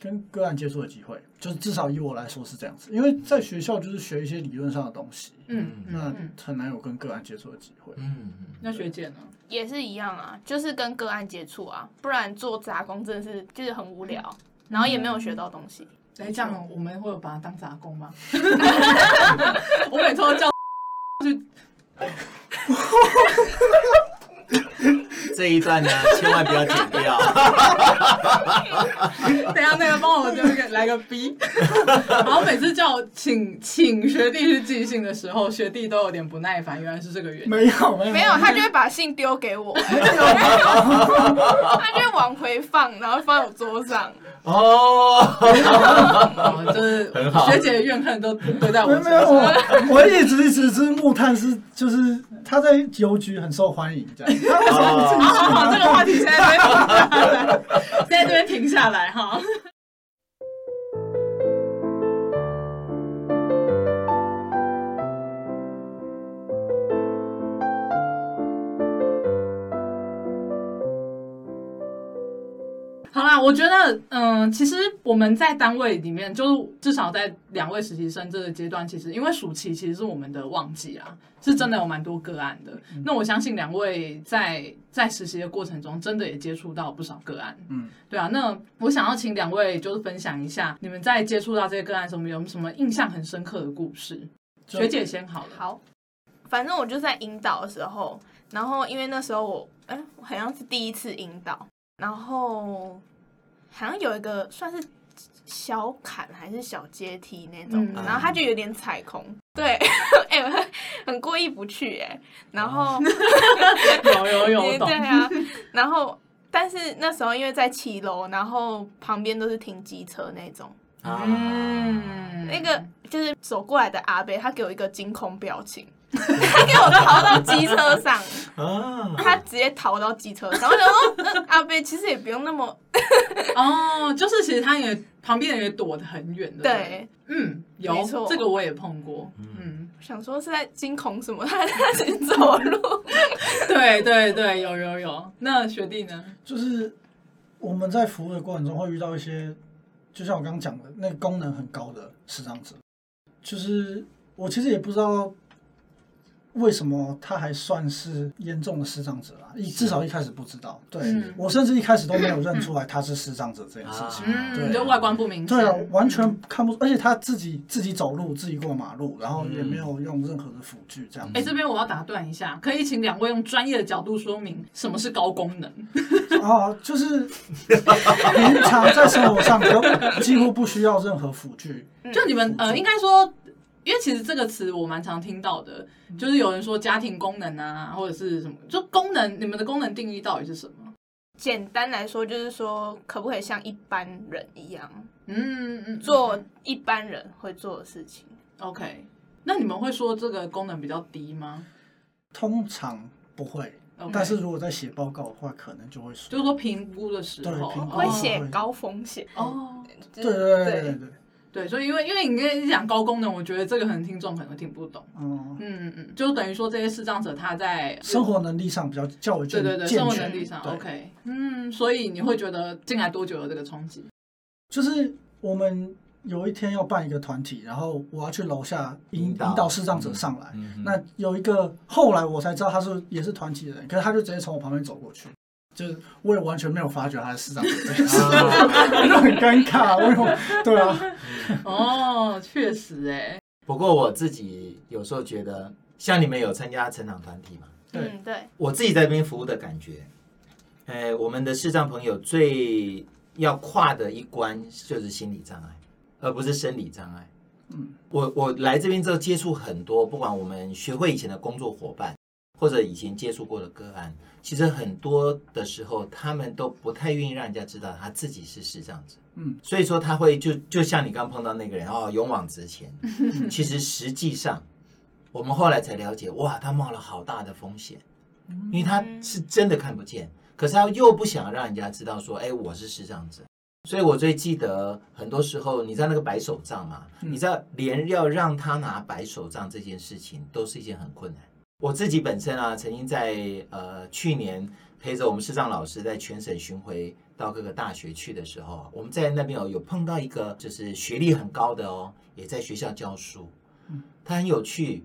[SPEAKER 4] 跟个案接触的机会，就是至少以我来说是这样子，因为在学校就是学一些理论上的东西，
[SPEAKER 1] 嗯嗯
[SPEAKER 4] 那
[SPEAKER 1] 嗯，
[SPEAKER 4] 很难有跟个案接触的机会。
[SPEAKER 2] 嗯，
[SPEAKER 1] 那学姐呢？
[SPEAKER 3] 也是一样啊，就是跟个案接触啊，不然做杂工真的是就是很无聊，
[SPEAKER 2] 嗯
[SPEAKER 3] 然后也没有学到东西。
[SPEAKER 1] 哎，这样我们会有把他当杂工 *laughs* 吗？我每次都叫去，
[SPEAKER 2] 这一段呢，千万不要剪掉。
[SPEAKER 1] 等一下那个帮我这个来个 B，然 *laughs* 后每次叫请请学弟去寄信的时候，学弟都有点不耐烦，原来是这个原因。
[SPEAKER 4] *laughs* 没有没有
[SPEAKER 3] 没有，他就会把信丢给我、他就会往回放，然后放在我桌上。
[SPEAKER 2] 哦，
[SPEAKER 1] 哦，就是
[SPEAKER 2] 很好
[SPEAKER 1] 学姐的怨恨都堆在啊我
[SPEAKER 4] 没
[SPEAKER 1] 身
[SPEAKER 4] 有没有，
[SPEAKER 1] 上。
[SPEAKER 4] 我我一直一直知木炭是就是他在邮局很受欢迎这样。
[SPEAKER 2] 哦
[SPEAKER 1] 好好好，哦这个话题现在这边停下来，现在这边停下来哈。好啦，我觉得，嗯，其实我们在单位里面，就是至少在两位实习生这个阶段，其实因为暑期其实是我们的旺季啊，是真的有蛮多个案的。那我相信两位在在实习的过程中，真的也接触到不少个案。
[SPEAKER 4] 嗯，
[SPEAKER 1] 对啊。那我想要请两位就是分享一下，你们在接触到这些个案的时候，有没有什么印象很深刻的故事？
[SPEAKER 4] 就
[SPEAKER 1] 学姐先好了。
[SPEAKER 3] 好，反正我就在引导的时候，然后因为那时候我，哎、我好像是第一次引导，然后好像有一个算是小坎还是小阶梯那种，
[SPEAKER 1] 嗯
[SPEAKER 3] 然后他就有点踩空，对， *laughs* 哎、我很过意不去哎、然后。
[SPEAKER 1] *laughs* 有有有，我
[SPEAKER 3] 对
[SPEAKER 1] 懂
[SPEAKER 3] 对。啊， *laughs* 然后但是那时候因为在七楼，然后旁边都是停机车那种，
[SPEAKER 2] 啊
[SPEAKER 1] 啊
[SPEAKER 2] 嗯，
[SPEAKER 3] 那个就是走过来的阿贝，他给我一个惊恐表情。 *laughs* 他给我逃到机车上，
[SPEAKER 2] 啊，
[SPEAKER 3] 他直接逃到机车上。我想说，那阿贝其实也不用那么
[SPEAKER 1] 哦，就是其实他也旁边人也躲得很远的。
[SPEAKER 3] 对，
[SPEAKER 1] 嗯，有
[SPEAKER 3] 没错
[SPEAKER 1] 这个我也碰过。嗯，
[SPEAKER 3] 想说是在惊恐什么，他他直接走路。
[SPEAKER 1] 对对对，有有有。那学弟呢？
[SPEAKER 4] 就是我们在服务的过程中会遇到一些，就像我刚刚讲的，那个功能很高的视障者，就是我其实也不知道为什么他还算是严重的视障者啊，一至少一开始不知道，对、
[SPEAKER 1] 嗯
[SPEAKER 4] 我甚至一开始都没有认出来他是视障者这件事情。
[SPEAKER 2] 嗯
[SPEAKER 1] 嗯，
[SPEAKER 4] 对
[SPEAKER 1] 就外观不明显。
[SPEAKER 4] 对啊，完全看不出，而且他自己自己走路，自己过马路，然后也没有用任何的辅具，这样
[SPEAKER 1] 哎、
[SPEAKER 4] 子。
[SPEAKER 1] 这边我要打断一下，可以请两位用专业的角度说明什么是高功能？
[SPEAKER 4] 哦，就是平常在生活上都几乎不需要任何辅具，
[SPEAKER 1] 就你
[SPEAKER 3] 嗯
[SPEAKER 1] 们呃，应该说，因为其实这个词我蛮常听到的，就是有人说家庭功能啊，或者是什么，就功能，你们的功能定义到底是什么？
[SPEAKER 3] 简单来说，就是说可不可以像一般人一样
[SPEAKER 1] 嗯嗯嗯，
[SPEAKER 3] 做一般人会做的事情？
[SPEAKER 1] OK。那你们会说这个功能比较低吗
[SPEAKER 4] 通常不会。
[SPEAKER 1] o
[SPEAKER 4] 但是如果在写报告的话，可能就会
[SPEAKER 1] 就
[SPEAKER 4] 说，
[SPEAKER 1] 是说评估的时
[SPEAKER 4] 对
[SPEAKER 1] 候
[SPEAKER 4] 评估
[SPEAKER 3] 会写
[SPEAKER 4] 哦
[SPEAKER 3] 高风险
[SPEAKER 1] 哦，
[SPEAKER 3] 就
[SPEAKER 4] 对对
[SPEAKER 3] 是
[SPEAKER 4] 对对对对，
[SPEAKER 1] 对，所以因为因为你跟你讲高功能，我觉得这个可能听众可能听不懂。
[SPEAKER 4] 嗯，
[SPEAKER 1] 嗯嗯嗯，就等于说这些视障者他在
[SPEAKER 4] 生活能力上比较较为
[SPEAKER 1] 对
[SPEAKER 4] 健
[SPEAKER 1] 对对，
[SPEAKER 4] 健
[SPEAKER 1] 生活能
[SPEAKER 4] 全，
[SPEAKER 1] 力上
[SPEAKER 4] 对
[SPEAKER 1] OK，嗯，所以你会觉得进来多久有这个冲击？
[SPEAKER 4] 就是我们有一天要办一个团体，然后我要去楼下引
[SPEAKER 2] 引导
[SPEAKER 4] 引导视障者上来。
[SPEAKER 2] 嗯
[SPEAKER 4] 那有一个后来我才知道他是也是团体的人，可是他就直接从我旁边走过去，就是我也完全没有发觉他是
[SPEAKER 2] *laughs*
[SPEAKER 4] 视障者 *laughs* 这件事，我就很尴尬，我有对啊，
[SPEAKER 1] *laughs* 哦，确实哎，
[SPEAKER 2] 不过我自己有时候觉得，像你们有参加成长团体吗？
[SPEAKER 4] 对
[SPEAKER 3] 嗯对，
[SPEAKER 2] 我自己在这边服务的感觉，呃，我们的视障朋友最要跨的一关就是心理障碍，而不是生理障碍。
[SPEAKER 4] 嗯，
[SPEAKER 2] 我我来这边之后接触很多，不管我们学会以前的工作伙伴，或者以前接触过的个案，其实很多的时候他们都不太愿意让人家知道他自己是视障者。
[SPEAKER 4] 嗯，
[SPEAKER 2] 所以说他会就就像你刚碰到那个人哦，勇往直前。其实实际上，我们后来才了解，哇，他冒了好大的风险，因为他是真的看不见，可是他又不想让人家知道说，哎，我是视障者。所以我最记得，很多时候你知道那个白手杖嘛，
[SPEAKER 4] 嗯
[SPEAKER 2] 你知道连要让他拿白手杖这件事情都是一件很困难。我自己本身啊，曾经在呃去年陪着我们视障老师在全省巡回到各个大学去的时候，我们在那边哦有碰到一个就是学历很高的哦，也在学校教书
[SPEAKER 4] 嗯，
[SPEAKER 2] 他很有趣，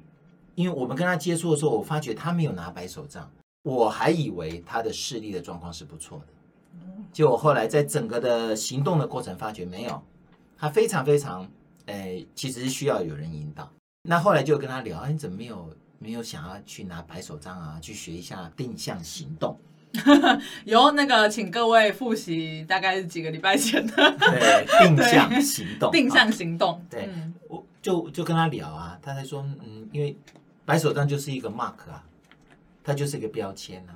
[SPEAKER 2] 因为我们跟他接触的时候，我发觉他没有拿白手杖，我还以为他的视力的状况是不错的，结果后来在整个的行动的过程发觉没有，他非常非常，呃，其实是需要有人引导。那后来就跟他聊，哎，你怎么没有没有想要去拿白手杖啊，去学一下定向行动？
[SPEAKER 1] 有那个，请各位复习，大概是几个礼拜前的 *laughs*
[SPEAKER 2] 对，定向行动，
[SPEAKER 1] 定向
[SPEAKER 2] 啊
[SPEAKER 1] 行动。
[SPEAKER 2] 对
[SPEAKER 1] 嗯
[SPEAKER 2] 我就就跟他聊啊，他才说，嗯，因为白手杖就是一个 mark 啊，它就是一个标签啊。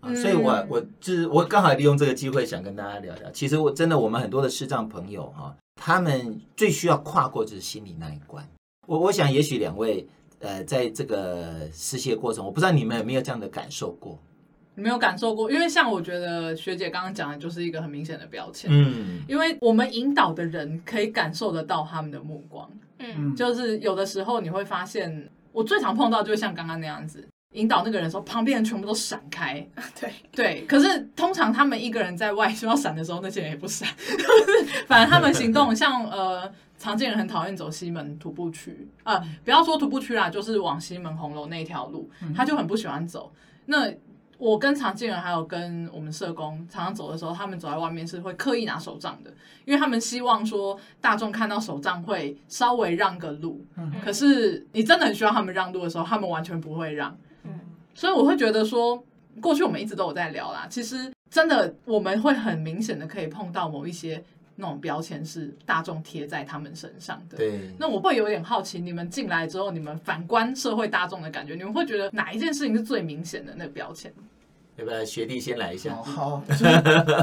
[SPEAKER 2] 啊，
[SPEAKER 1] 嗯
[SPEAKER 2] 所以我我就是我刚好利用这个机会想跟大家聊聊。其实我真的我们很多的视障朋友啊，他们最需要跨过就是心理那一关。我我想也许两位呃在这个实习的过程，我不知道你们有没有这样的感受过。
[SPEAKER 1] 你没有感受过，因为像我觉得学姐刚刚讲的就是一个很明显的标签。
[SPEAKER 2] 嗯，
[SPEAKER 1] 因为我们引导的人可以感受得到他们的目光，
[SPEAKER 3] 嗯
[SPEAKER 4] 嗯，
[SPEAKER 1] 就是有的时候你会发现，我最常碰到就是像刚刚那样子，引导那个人的时候，旁边人全部都闪开，
[SPEAKER 3] 对，
[SPEAKER 1] 对，可是通常他们一个人在外需要闪的时候，那些人也不闪， *laughs* 就是反正他们行动像呃，常见人很讨厌走西门徒步区啊、呃不要说徒步区啦，就是往西门红楼那一条路，他就很不喜欢走。那我跟常见人还有跟我们社工常常走的时候，他们走在外面是会刻意拿手杖的，因为他们希望说大众看到手杖会稍微让个路，
[SPEAKER 4] 嗯
[SPEAKER 1] 可是你真的很需要他们让路的时候，他们完全不会让。
[SPEAKER 3] 嗯
[SPEAKER 1] 所以我会觉得说，过去我们一直都有在聊啦，其实真的我们会很明显的可以碰到某一些那种标签是大众贴在他们身上的。
[SPEAKER 2] 对，
[SPEAKER 1] 那我会有点好奇，你们进来之后，你们反观社会大众的感觉，你们会觉得哪一件事情是最明显的那个标签？
[SPEAKER 2] 要不要学弟先来一下
[SPEAKER 4] 好？好，就是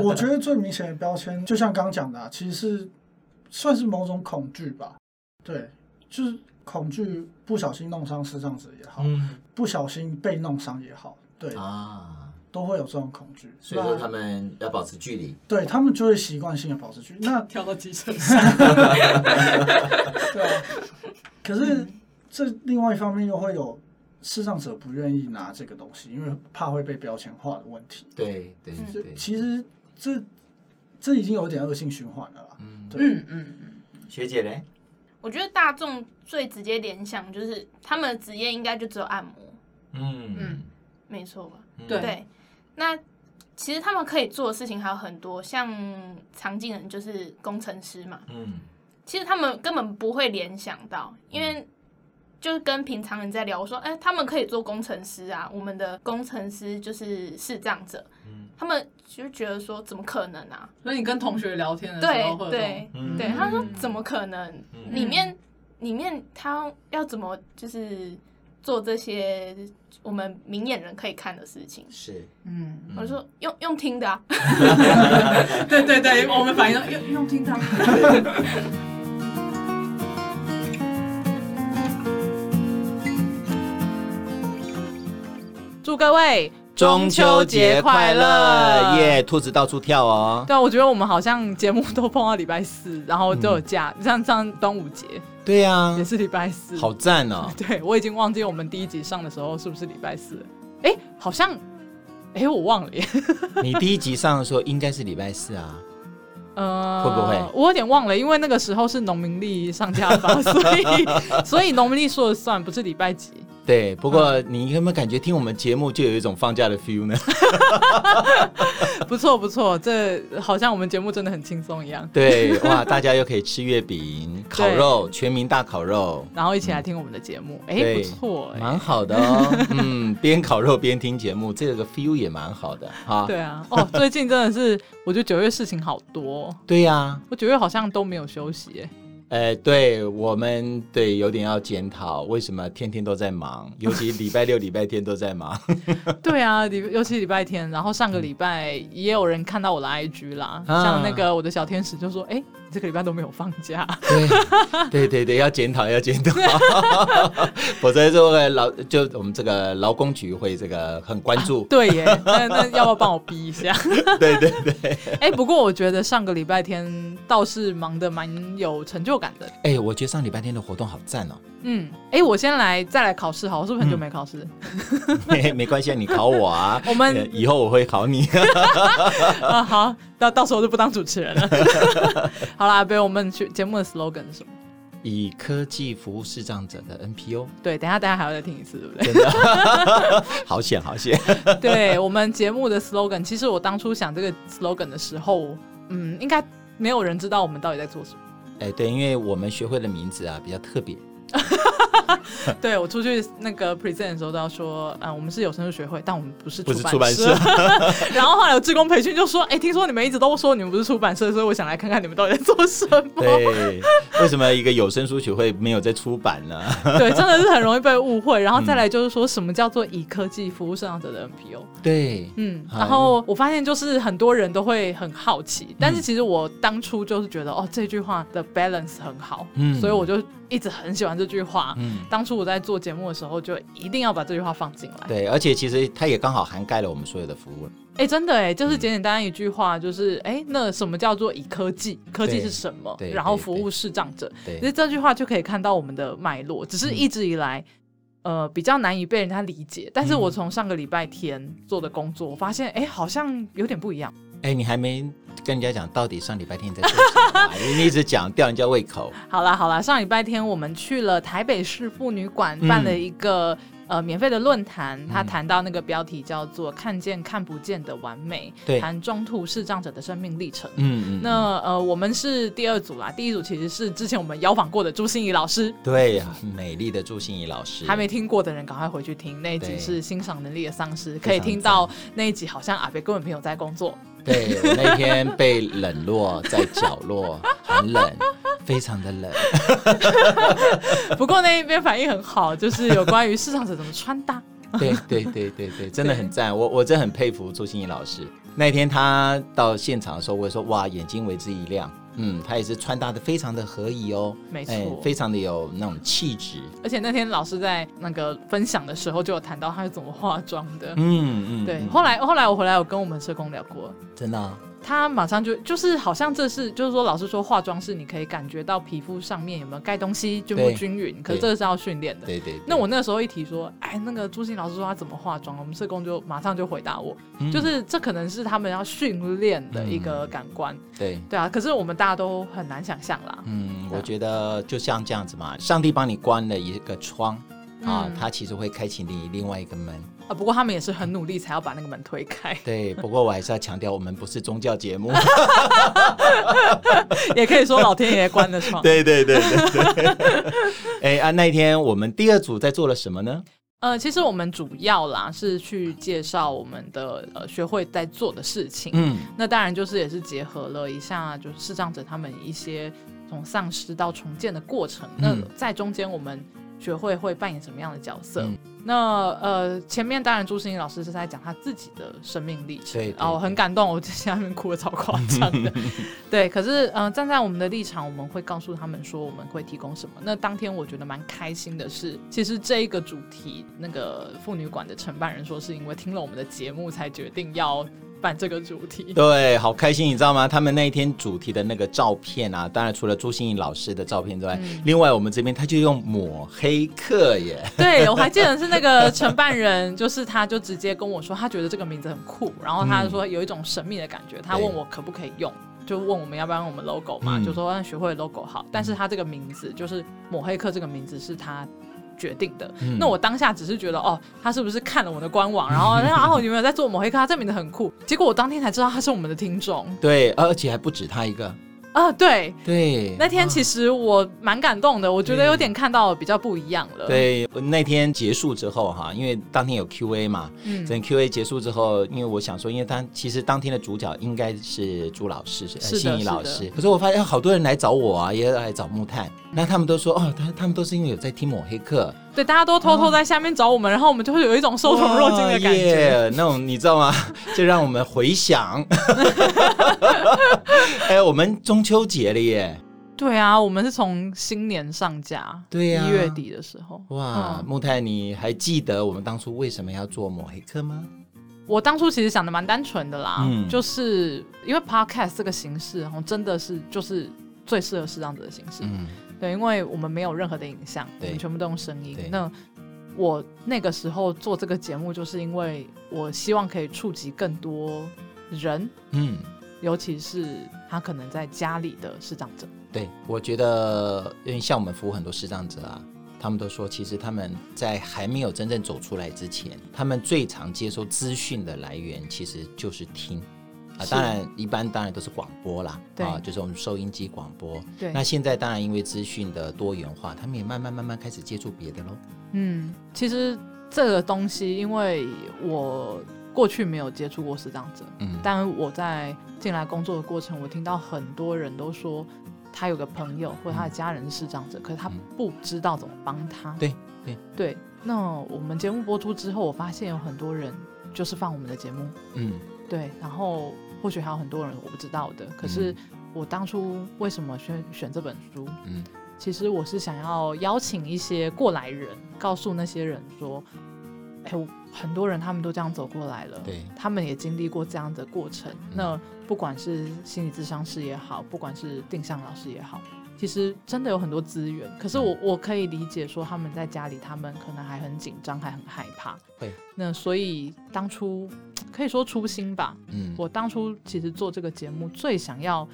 [SPEAKER 4] 我觉得最明显的标签，就像刚刚讲的、啊，其实是算是某种恐惧吧。对，就是恐惧不小心弄伤视障者也好，
[SPEAKER 2] 嗯
[SPEAKER 4] 不小心被弄伤也好，对，
[SPEAKER 2] 啊，
[SPEAKER 4] 都会有这种恐惧。
[SPEAKER 2] 所以说
[SPEAKER 4] 那
[SPEAKER 2] 他们要保持距离。
[SPEAKER 4] 对他们就会习惯性的保持距离。那
[SPEAKER 1] *laughs* 跳到机身上，
[SPEAKER 4] 对啊，可是这另外一方面又会有视障者不愿意拿这个东西，因为怕会被标签化的问题。
[SPEAKER 2] 对对
[SPEAKER 3] 嗯
[SPEAKER 2] 对，
[SPEAKER 4] 其实这这已经有点恶性循环了啦。
[SPEAKER 2] 嗯，
[SPEAKER 4] 对
[SPEAKER 1] 嗯嗯嗯，
[SPEAKER 2] 学姐嘞，
[SPEAKER 3] 我觉得大众最直接联想就是他们的职业应该就只有按摩，
[SPEAKER 2] 嗯
[SPEAKER 3] 没错吧？
[SPEAKER 2] 嗯
[SPEAKER 1] 对
[SPEAKER 3] 对，那其实他们可以做的事情还有很多，像常进人就是工程师嘛，
[SPEAKER 2] 嗯
[SPEAKER 3] 其实他们根本不会联想到，
[SPEAKER 1] 嗯
[SPEAKER 3] 因为就是跟平常人在聊，我说，哎、他们可以做工程师啊，我们的工程师就是视障者，
[SPEAKER 2] 嗯
[SPEAKER 3] 他们就觉得说，怎么可能啊？
[SPEAKER 1] 所以你跟同学聊天的时
[SPEAKER 3] 对
[SPEAKER 1] 候会有这种
[SPEAKER 3] 对
[SPEAKER 2] 嗯
[SPEAKER 3] 对，他说怎么可能？
[SPEAKER 2] 嗯
[SPEAKER 3] 里面里面他要怎么就是做这些我们明眼人可以看的事情？
[SPEAKER 2] 是，
[SPEAKER 1] 嗯，
[SPEAKER 3] 我就说用用听的、啊，
[SPEAKER 1] 对对对，我们反应用用听到。 *laughs* 祝各位
[SPEAKER 2] 耶！兔子到处跳哦。
[SPEAKER 1] 对啊，我觉得我们好像节目都碰到礼拜四，然后都有假，像像端午节
[SPEAKER 2] 对呀
[SPEAKER 1] 也，是礼拜四。
[SPEAKER 2] 嗯好，赞
[SPEAKER 3] *laughs*
[SPEAKER 2] 哦！
[SPEAKER 1] 对我已经忘记我们第一集上的时候是不是礼拜四了？哎，好像，哎，我忘了耶。
[SPEAKER 2] 你第一集上的时候应该是礼拜四啊，
[SPEAKER 1] 呃，
[SPEAKER 2] 会不会
[SPEAKER 1] 我有点忘了，因为那个时候是农民历上架法， *laughs* 所以所以农民历说了算，不是礼拜几。
[SPEAKER 2] 对。不
[SPEAKER 3] 嗯
[SPEAKER 2] 过你有没有感觉听我们节目就有一种放假的 feel 呢？
[SPEAKER 1] 不错不错，这好像我们节目真的很轻松一样。
[SPEAKER 2] 对，哇，大家又可以吃月饼、烤肉，全民大烤肉，
[SPEAKER 1] 然后一起来听我们的节目，
[SPEAKER 2] 嗯
[SPEAKER 1] 哎、
[SPEAKER 2] 对
[SPEAKER 1] 不错、哎
[SPEAKER 2] 蛮好的哦。嗯，边烤肉边听节目，这个 feel 也蛮好
[SPEAKER 1] *laughs*
[SPEAKER 2] 的哈。
[SPEAKER 1] 对啊，哦，最近真的是，我觉得九月事情好多，
[SPEAKER 2] 对呀，
[SPEAKER 1] 我九月好像都没有休息、
[SPEAKER 2] *laughs*
[SPEAKER 1] 哎
[SPEAKER 2] 呃，对我们对有点要检讨，为什么天天都在
[SPEAKER 1] *laughs*
[SPEAKER 2] 忙，尤其礼拜六、礼拜天都在忙。
[SPEAKER 1] 对啊，礼尤其礼拜天，然后上个礼拜也有人看到我的 IG 啦，
[SPEAKER 2] 啊
[SPEAKER 1] 像那个我的小天使就说，哎、这个礼拜都没有放假， *laughs*
[SPEAKER 5] 对对对对，要检讨要检讨， *laughs* 否则这个劳就我们这个劳工局会这个很关
[SPEAKER 1] *laughs*
[SPEAKER 5] 注，
[SPEAKER 1] 对耶，那那要不要帮我逼一下？
[SPEAKER 5] 对对对。
[SPEAKER 1] *laughs* 哎、不过我觉得上个礼拜天倒是忙得蛮有成就感的。
[SPEAKER 5] 哎、我觉得上礼拜天的活动好赞
[SPEAKER 1] *laughs*
[SPEAKER 5] 哦，
[SPEAKER 1] 嗯，哎、我先来再来考试好，我是不是
[SPEAKER 5] 嗯
[SPEAKER 1] 很久没考试？ *laughs*
[SPEAKER 5] 嘿嘿没关系，啊，你考我啊，
[SPEAKER 1] 我们
[SPEAKER 5] 呃 *laughs* 以后我会考你。
[SPEAKER 1] 啊，好，到到时候就不当主持人了。 *laughs* 好啦，被我们去节目的 slogan 是什么？
[SPEAKER 5] 以科技服务视障者
[SPEAKER 1] *laughs*
[SPEAKER 5] 的 NPO，
[SPEAKER 1] 对，等一下大家还要再听一次，对不对？
[SPEAKER 5] 真的好险好
[SPEAKER 1] *laughs*
[SPEAKER 5] 险，
[SPEAKER 1] 对我们节目的 slogan，其实我当初想这个 slogan 的时候，嗯，应该没有人知道我们到底在做什
[SPEAKER 5] *laughs*
[SPEAKER 1] 么。
[SPEAKER 5] 哎、对，因为我们学会的名字啊比较特别，
[SPEAKER 1] 对我出去那个 present 的时候都要说，嗯、我们是有声书学会，但我们不是
[SPEAKER 5] 不是
[SPEAKER 1] 出
[SPEAKER 5] 出版
[SPEAKER 1] 社。
[SPEAKER 5] 社。
[SPEAKER 1] *laughs* 然后后来有志工培训就说，哎、听说你们一直都说你们不是出版社，所以我想来看看你们到底在做什么。
[SPEAKER 5] *laughs* 对，为什么一个有声书学会没有在出版呢？
[SPEAKER 1] *laughs* *laughs* 对，真的是很容易被误
[SPEAKER 5] 嗯
[SPEAKER 1] 会。然后再来就是说什么叫做以科技服务生长者的 NPO。
[SPEAKER 5] 对，
[SPEAKER 1] 嗯，
[SPEAKER 5] 好
[SPEAKER 1] 然后我发现就是很多人都会很好奇，但
[SPEAKER 5] 嗯
[SPEAKER 1] 是其实我当初就是觉得哦这句话的 balance 很好，
[SPEAKER 5] 嗯
[SPEAKER 1] 所以我就一直很喜欢这句话。
[SPEAKER 5] 嗯，
[SPEAKER 1] 当初我在做节目的时候，就一定要把这句话放进来。
[SPEAKER 5] *laughs* 对，而且其实它也刚好涵盖了我们所有的服务。
[SPEAKER 1] 哎，真的哎，
[SPEAKER 5] 嗯
[SPEAKER 1] 就是简简单单一句话，就是哎，那什么叫做以科技？科技
[SPEAKER 5] 对
[SPEAKER 1] 是什么
[SPEAKER 5] 对？
[SPEAKER 1] 然后
[SPEAKER 5] 对
[SPEAKER 1] 服务视障者，其实
[SPEAKER 5] 对，嗯
[SPEAKER 1] 这句话就可以看到我们的脉络，只是一直以来，呃，比较难以被人家理解。但是
[SPEAKER 5] 嗯
[SPEAKER 1] 我从上个礼拜天做的工作，我发现哎，好像有点不一样。
[SPEAKER 5] 哎，你还没跟人家讲到底上礼拜天你在做什么啊、你一直讲吊人家胃
[SPEAKER 1] *laughs*
[SPEAKER 5] 口。
[SPEAKER 1] 好啦好啦，上礼拜天我们去了台北市妇女馆，
[SPEAKER 5] 嗯
[SPEAKER 1] 办了一个、呃免费的论坛，他谈到那个标题叫做“看见看不见的完美”，
[SPEAKER 5] 对
[SPEAKER 1] 谈中途视障者的生命历程。
[SPEAKER 5] 嗯嗯，嗯
[SPEAKER 1] 那呃，我们是第二组啦，第一组其实是之前我们邀访过的朱心怡老师，
[SPEAKER 5] 对，美丽的朱心怡老师
[SPEAKER 1] 还没听过的人赶快回去听那一集
[SPEAKER 5] 对
[SPEAKER 1] 是欣赏能力的丧失，
[SPEAKER 5] 非
[SPEAKER 1] 可以
[SPEAKER 5] 常
[SPEAKER 1] 听到 *laughs* 那一集好像阿北根本没有在工作，
[SPEAKER 5] 对我那天被冷落在角落，很冷，非常的冷。
[SPEAKER 1] 不过那一边反应很好，就是有关于视障者怎么穿搭，
[SPEAKER 5] 对 *laughs* 对对对对，真的很赞，我我真的很佩服朱心怡老师。那天她到现场的时候，我也说哇，眼睛为之一亮。嗯，她也是穿搭的非常的合宜哦，
[SPEAKER 1] 没错
[SPEAKER 5] 非常的有那种气质。
[SPEAKER 1] 而且那天老师在那个分享的时候就有谈到他是怎么化妆的。
[SPEAKER 5] 嗯嗯，
[SPEAKER 1] 对，
[SPEAKER 5] 嗯
[SPEAKER 1] 后来后来我回来有跟我们社工聊过，
[SPEAKER 5] 真的啊、
[SPEAKER 1] 他马上就就是好像这是就是说老师说化妆是你可以感觉到皮肤上面有没有盖东西均不
[SPEAKER 5] 对
[SPEAKER 1] 均匀，可是
[SPEAKER 5] 对
[SPEAKER 1] 这个是要训练的。
[SPEAKER 5] 对对对
[SPEAKER 1] 那我那时候一提说，哎，那个朱鑫老师说他怎么化妆，我们社工就马上就回答我，
[SPEAKER 5] 嗯
[SPEAKER 1] 就是这可能是他们要训练的一个感官，
[SPEAKER 5] 对。
[SPEAKER 1] 对啊。可是我们大家都很难想象啦，
[SPEAKER 5] 嗯，
[SPEAKER 1] 对啊
[SPEAKER 5] 我觉得就像这样子嘛，上帝帮你关了一个窗啊
[SPEAKER 1] 嗯，
[SPEAKER 5] 它其实会开启你另外一个门。
[SPEAKER 1] 啊。不过他们也是很努力才要把那个门推开，
[SPEAKER 5] *laughs* 对，不过我还是要强调，我们不是宗教
[SPEAKER 1] *laughs*
[SPEAKER 5] 节目。
[SPEAKER 1] 也可以说老天爷关了窗。
[SPEAKER 5] 对对对对对。哎 *laughs* 啊，那一天我们第二组在做了什么呢？
[SPEAKER 1] 呃，其实我们主要啦是去介绍我们的呃学会在做的事情，
[SPEAKER 5] 嗯，
[SPEAKER 1] 那当然就是也是结合了一下就是视障者他们一些从丧失到重建的过程。
[SPEAKER 5] 嗯
[SPEAKER 1] 那在中间我们学会会扮演什么样的角色？
[SPEAKER 5] 嗯
[SPEAKER 1] 那呃，前面当然朱心怡老师是在讲他自己的生命历程，
[SPEAKER 5] 对对
[SPEAKER 1] 啊，我很感动，我在下面哭的超夸张
[SPEAKER 5] *laughs*
[SPEAKER 1] 的，对。可是嗯、呃站在我们的立场，我们会告诉他们说我们会提供什么。那当天我觉得蛮开心的是，其实这一个主题，那个妇女馆的承办人说是因为听了我们的节目才决定要办这个主题，
[SPEAKER 5] 对，好开心，你知道吗？他们那一天主题的那个照片啊，当然除了朱心怡老师的照片之外，
[SPEAKER 1] 嗯
[SPEAKER 5] 另外我们这边他就用抹黑客耶。
[SPEAKER 1] *laughs* 对，我还记得是那个承办人，就是他就直接跟我说，他觉得这个名字很酷，然后他说有一种神秘的感觉，他问我可不可以用，就问我们要不要用我们 logo 嘛，
[SPEAKER 5] 嗯
[SPEAKER 1] 就说让啊学会 logo 好，但是他这个名字就是抹黑客这个名字是他。决定的，那我当下只是觉得，哦，他是不是看了我的官网，然后，然后啊，你们有在做抹黑客，他这名字很酷。结果我当天才知道他是我们的听众
[SPEAKER 5] 对，而且还不止他一个。
[SPEAKER 1] *laughs* 啊，对，
[SPEAKER 5] 对，
[SPEAKER 1] 那天其实我蛮感动的，我觉得有点看到比较不一样了。，
[SPEAKER 5] 对，我那天结束之后哈，因为当天有 Q&A 嘛，
[SPEAKER 1] 嗯
[SPEAKER 5] 整 Q&A 结束之后，因为我想说，因为当其实当天的主角应该是朱老师，
[SPEAKER 1] 是
[SPEAKER 5] 是
[SPEAKER 1] 的
[SPEAKER 5] 呃、心仪
[SPEAKER 1] 是
[SPEAKER 5] 老
[SPEAKER 1] 的
[SPEAKER 5] 师。可是我发哎现好多人来找我啊，也来找木炭，那他们都说哦，他他们都是因为有在听抹黑课，
[SPEAKER 1] 对，大家都偷偷在下面找我们，然后我们就会有一种受宠若惊的感觉。
[SPEAKER 5] 哦哇耶那种你知道吗？ *laughs* 这让我们回想， *laughs* 哎，我们中秋节了耶！
[SPEAKER 1] 对啊，我们是从新年上架，
[SPEAKER 5] 对啊呀
[SPEAKER 1] 一月底的时候。
[SPEAKER 5] 哇，木太，你还记得我们当初为什么要做抹黑课吗？
[SPEAKER 1] 我当初其实想的蛮单纯的啦，
[SPEAKER 5] 嗯
[SPEAKER 1] 就是因为 podcast 这个形式，然后真的是就是最适合视障者的形式。
[SPEAKER 5] 嗯，
[SPEAKER 1] 对，因为我们没有任何的影像，我
[SPEAKER 5] 对
[SPEAKER 1] 们全部都用声音
[SPEAKER 5] 对。
[SPEAKER 1] 那我那个时候做这个节目，就是因为我希望可以触及更多人，
[SPEAKER 5] 嗯，
[SPEAKER 1] 尤其是他可能在家里的视障者。
[SPEAKER 5] 对，我觉得因为像我们服务很多视障者啊，他们都说，其实他们在还没有真正走出来之前，他们最常接收资讯的来源其实就是听。啊，
[SPEAKER 1] 是
[SPEAKER 5] 当然，一般当然都是广播啦，
[SPEAKER 1] 对
[SPEAKER 5] 啊，就是我们收音机广播。
[SPEAKER 1] 对
[SPEAKER 5] 那现在当然因为资讯的多元化，他们也慢慢慢慢开始接触别的喽。
[SPEAKER 1] 嗯，其实这个东西，因为我过去没有接触过视障者，
[SPEAKER 5] 嗯，
[SPEAKER 1] 但我在进来工作的过程，我听到很多人都说，他有个朋友或他的家人是视障者，可是他
[SPEAKER 5] 嗯
[SPEAKER 1] 不知道怎么帮他。
[SPEAKER 5] 对对
[SPEAKER 1] 对，那我们节目播出之后，我发现有很多人就是放我们的节目，
[SPEAKER 5] 嗯
[SPEAKER 1] 对，然后或许还有很多人我不知道的。可是
[SPEAKER 5] 嗯
[SPEAKER 1] 我当初为什么选选这本书？
[SPEAKER 5] 嗯
[SPEAKER 1] 其实我是想要邀请一些过来人，告诉那些人说，哎、我很多人他们都这样走过来了，
[SPEAKER 5] 对
[SPEAKER 1] 他们也经历过这样的过程。那不管是心理咨商师也好，不管是定向老师也好，其实真的有很多资源。可是我我可以理解说他们在家里，他们可能还很紧张，还很害怕。
[SPEAKER 5] 会。
[SPEAKER 1] 那所以当初可以说初心吧，
[SPEAKER 5] 嗯，
[SPEAKER 1] 我当初其实做这个节目最想要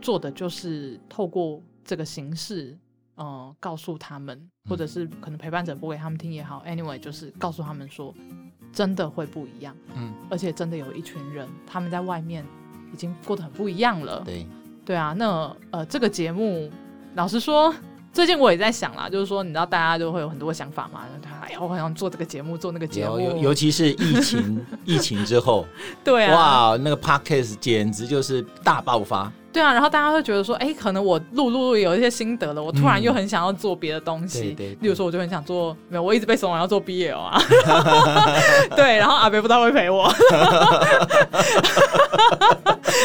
[SPEAKER 1] 做的就是透过这个形式，嗯、告诉他们，或者
[SPEAKER 5] 嗯
[SPEAKER 1] 是可能陪伴者播给他们听也好，anyway，就是告诉他们说，真的会不一样，
[SPEAKER 5] 嗯，
[SPEAKER 1] 而且真的有一群人他们在外面已经过得很不一样了，
[SPEAKER 5] 对
[SPEAKER 1] 对啊，那呃，这个节目，老实说，最近我也在想啦，就是说，你知道大家都会有很多想法嘛，就哎呀，我好想做这个节目，做那个节
[SPEAKER 5] 尤
[SPEAKER 1] 目，
[SPEAKER 5] 尤尤其是疫
[SPEAKER 1] *laughs*
[SPEAKER 5] 情疫情之后，
[SPEAKER 1] 对啊，
[SPEAKER 5] 哇，那个 podcast 简直就是大爆发。
[SPEAKER 1] 对啊，然后大家会觉得说，哎，可能我录录录有一些心得了，我突然又很想要做别的东西，
[SPEAKER 5] 嗯嗯对对对
[SPEAKER 1] 例如说我就很想做，没有，我一直被怂恿要做 BL 啊， *laughs* 对，然后阿北不知道会陪我，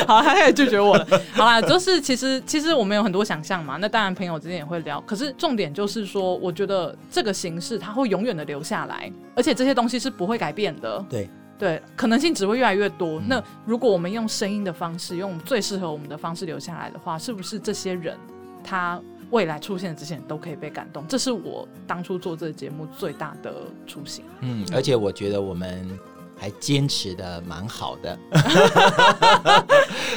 [SPEAKER 1] 好，他开始拒绝我了。好啦，就是其实其实我们有很多想象嘛，那当然朋友之间也会聊，可是重点就是说，我觉得这个形式它会永远的留下来，而且这些东西是不会改变的，
[SPEAKER 5] 对。
[SPEAKER 1] 对，可能性只会越来越多。那如果我们用声音的方式，用最适合我们的方式留下来的话，是不是这些人他未来出现之前都可以被感动？这是我当初做这个节目最大的初心。
[SPEAKER 5] 嗯，而且我觉得我们还坚持的蛮好的，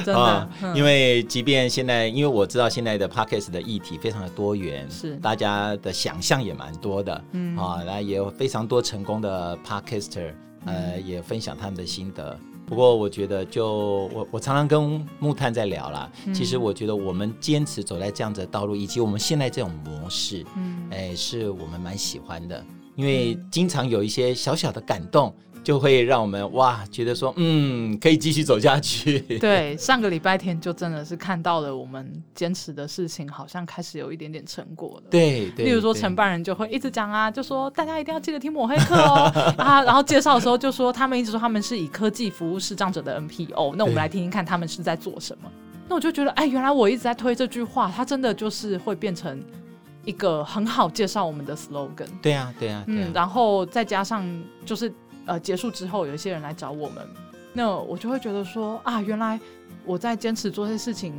[SPEAKER 1] 真的，
[SPEAKER 5] 啊
[SPEAKER 1] 嗯
[SPEAKER 5] 因为即便现在，因为我知道现在的 podcast 的议题非常的多元，
[SPEAKER 1] 是
[SPEAKER 5] 大家的想象也蛮多的，嗯啊，那也有非常多成功的 podcaster，呃，
[SPEAKER 1] 嗯
[SPEAKER 5] 也分享他们的心得。不过我觉得就，我我常常跟木炭在聊啦，
[SPEAKER 1] 嗯
[SPEAKER 5] 其实我觉得我们坚持走在这样子的道路，以及我们现在这种模式，
[SPEAKER 1] 嗯
[SPEAKER 5] 哎，是我们蛮喜欢的，因为经常有一些小小的感动，就会让我们哇觉得说，嗯，可以继续走下去。
[SPEAKER 1] 对，上个礼拜天就真的是看到了我们坚持的事情，好像开始有一点点成果了。
[SPEAKER 5] *laughs* 对对，
[SPEAKER 1] 例如说
[SPEAKER 5] 对
[SPEAKER 1] 承办人就会一直讲啊，就说大家一定要记得听抹黑课哦 *laughs* 啊，然后介绍的时候就说他们一直说他们是以科技服务视障者的 NPO，那我们
[SPEAKER 5] 对
[SPEAKER 1] 来听听看他们是在做什么。那我就觉得，哎，原来我一直在推这句话，它真的就是会变成一个很好介绍我们的 slogan。
[SPEAKER 5] 对啊对啊对
[SPEAKER 1] 嗯，
[SPEAKER 5] 啊，
[SPEAKER 1] 然后再加上就是呃结束之后，有一些人来找我们，那我就会觉得说啊，原来我在坚持做这些事情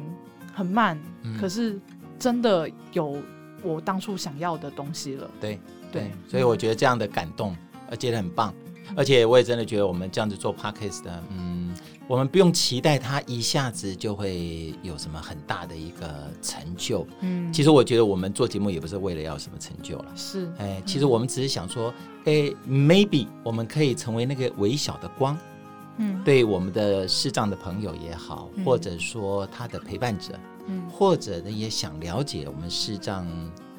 [SPEAKER 1] 很慢，
[SPEAKER 5] 嗯
[SPEAKER 1] 可是真的有我当初想要的东西了。
[SPEAKER 5] 对
[SPEAKER 1] 对，
[SPEAKER 5] 嗯所以我觉得这样的感动，而且很棒，而且我也真的觉得我们这样子做 podcast 的，嗯，我们不用期待它一下子就会有什么很大的一个成就。
[SPEAKER 1] 嗯，
[SPEAKER 5] 其实我觉得我们做节目也不是为了要什么成就了。
[SPEAKER 1] 是
[SPEAKER 5] 哎，其实我们只是想说，哎，maybe 我们可以成为那个微小的光，
[SPEAKER 1] 嗯
[SPEAKER 5] 对我们的视障的朋友也好，
[SPEAKER 1] 嗯
[SPEAKER 5] 或者说他的陪伴者，
[SPEAKER 1] 嗯
[SPEAKER 5] 或者呢也想了解我们视障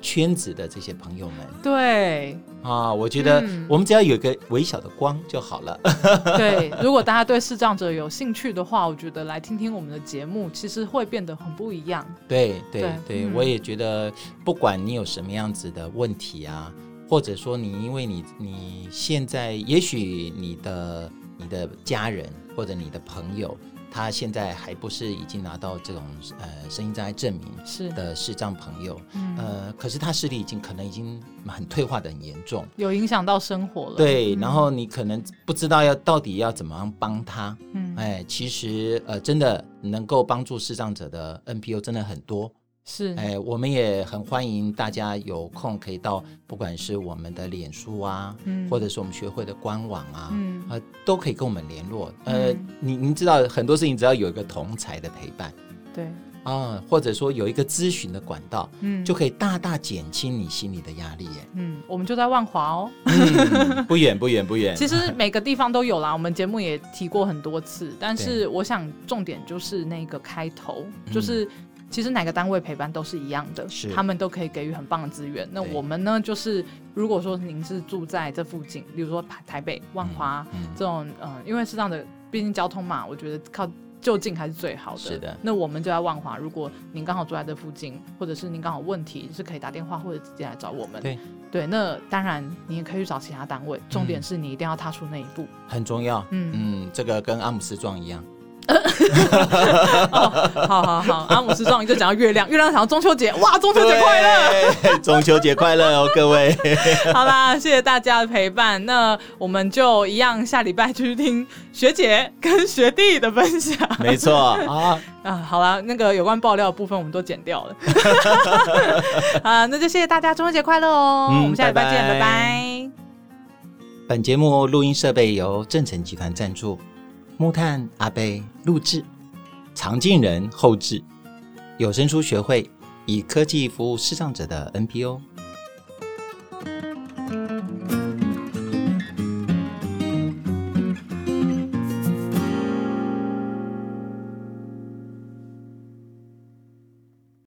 [SPEAKER 5] 圈子的这些朋友们
[SPEAKER 1] 对
[SPEAKER 5] 啊，我觉得
[SPEAKER 1] 嗯
[SPEAKER 5] 我们只要有一个微小的光就好了。 *laughs*
[SPEAKER 1] 对，如果大家对视障者有兴趣的话，我觉得来听听我们的节目，其实会变得很不一样。
[SPEAKER 5] 对对
[SPEAKER 1] 对
[SPEAKER 5] 对，
[SPEAKER 1] 嗯
[SPEAKER 5] 我也觉得，不管你有什么样子的问题啊，或者说你因为你你现在也许你的你的家人或者你的朋友，他现在还不是已经拿到这种呃声音障碍证明
[SPEAKER 1] 是
[SPEAKER 5] 的视障朋友，
[SPEAKER 1] 嗯
[SPEAKER 5] 呃，可是他视力已经可能已经很退化的很严重，
[SPEAKER 1] 有影响到生活了。，
[SPEAKER 5] 对，然后你可能不知道要到底要怎么样帮他，
[SPEAKER 1] 嗯，
[SPEAKER 5] 哎，其实呃，真的能够帮助视障者的 NPO 真的很多。
[SPEAKER 1] 是，
[SPEAKER 5] 哎，我们也很欢迎大家有空可以到，不管是我们的脸书啊，
[SPEAKER 1] 嗯
[SPEAKER 5] 或者是我们学会的官网啊，
[SPEAKER 1] 嗯
[SPEAKER 5] 呃，都可以跟我们联络。呃，
[SPEAKER 1] 嗯
[SPEAKER 5] 你您知道很多事情，只要有一个同才的陪伴
[SPEAKER 1] 对，
[SPEAKER 5] 啊，或者说有一个咨询的管道，
[SPEAKER 1] 嗯，。
[SPEAKER 5] 就可以大大减轻你心里的压力耶
[SPEAKER 1] *laughs* 嗯，我们就在万华
[SPEAKER 5] *laughs*
[SPEAKER 1] 哦。
[SPEAKER 5] 嗯不远不远不远，
[SPEAKER 1] 其实每个地方都有啦，我们节目也提过很多次，但是我想重点就是那个开头，
[SPEAKER 5] 嗯
[SPEAKER 1] 就是。其实哪个单位陪伴都是一样的，
[SPEAKER 5] 是
[SPEAKER 1] 他们都可以给予很棒的资源。那
[SPEAKER 5] 对
[SPEAKER 1] 我们呢，就是如果说您是住在这附近，比如说台台北、万华、
[SPEAKER 5] 嗯
[SPEAKER 1] 这种，呃，因为是这样的，毕竟交通嘛，我觉得靠就近还是最好的。
[SPEAKER 5] 是的
[SPEAKER 1] 那我们就在万华，如果您刚好住在这附近，或者是您刚好有问题，是可以打电话或者直接来找我们。
[SPEAKER 5] 对嗯
[SPEAKER 1] 对，那当然你也可以去找其他单位，重点是你一定要踏出那一步。 *laughs*
[SPEAKER 5] 很重要。
[SPEAKER 1] 嗯
[SPEAKER 5] 嗯，这个跟阿姆斯壮一样。
[SPEAKER 1] 好好好，阿姆斯壮就讲到月亮，月亮想到中秋节，哇，中秋节快
[SPEAKER 5] *laughs*
[SPEAKER 1] 乐！
[SPEAKER 5] 乐，中秋节快乐哦， *laughs* 各位。
[SPEAKER 1] 好啦，谢谢大家的陪伴，那我们就一样下礼拜去听学姐跟学弟的分享。
[SPEAKER 5] 没错啊，
[SPEAKER 1] 啊，好啦，那个有关爆料的部分我们都剪掉
[SPEAKER 5] *laughs*
[SPEAKER 1] 了。 *laughs* 啊，那就谢谢大家，中秋节快乐哦！
[SPEAKER 5] 嗯
[SPEAKER 1] 我们下礼拜见，
[SPEAKER 5] 拜
[SPEAKER 1] 拜
[SPEAKER 5] 拜
[SPEAKER 1] 拜
[SPEAKER 5] 本节目录音设备由正成集团赞助，木炭阿贝录制，常进人后制，有声书学会以科技服务视障者的 NPO。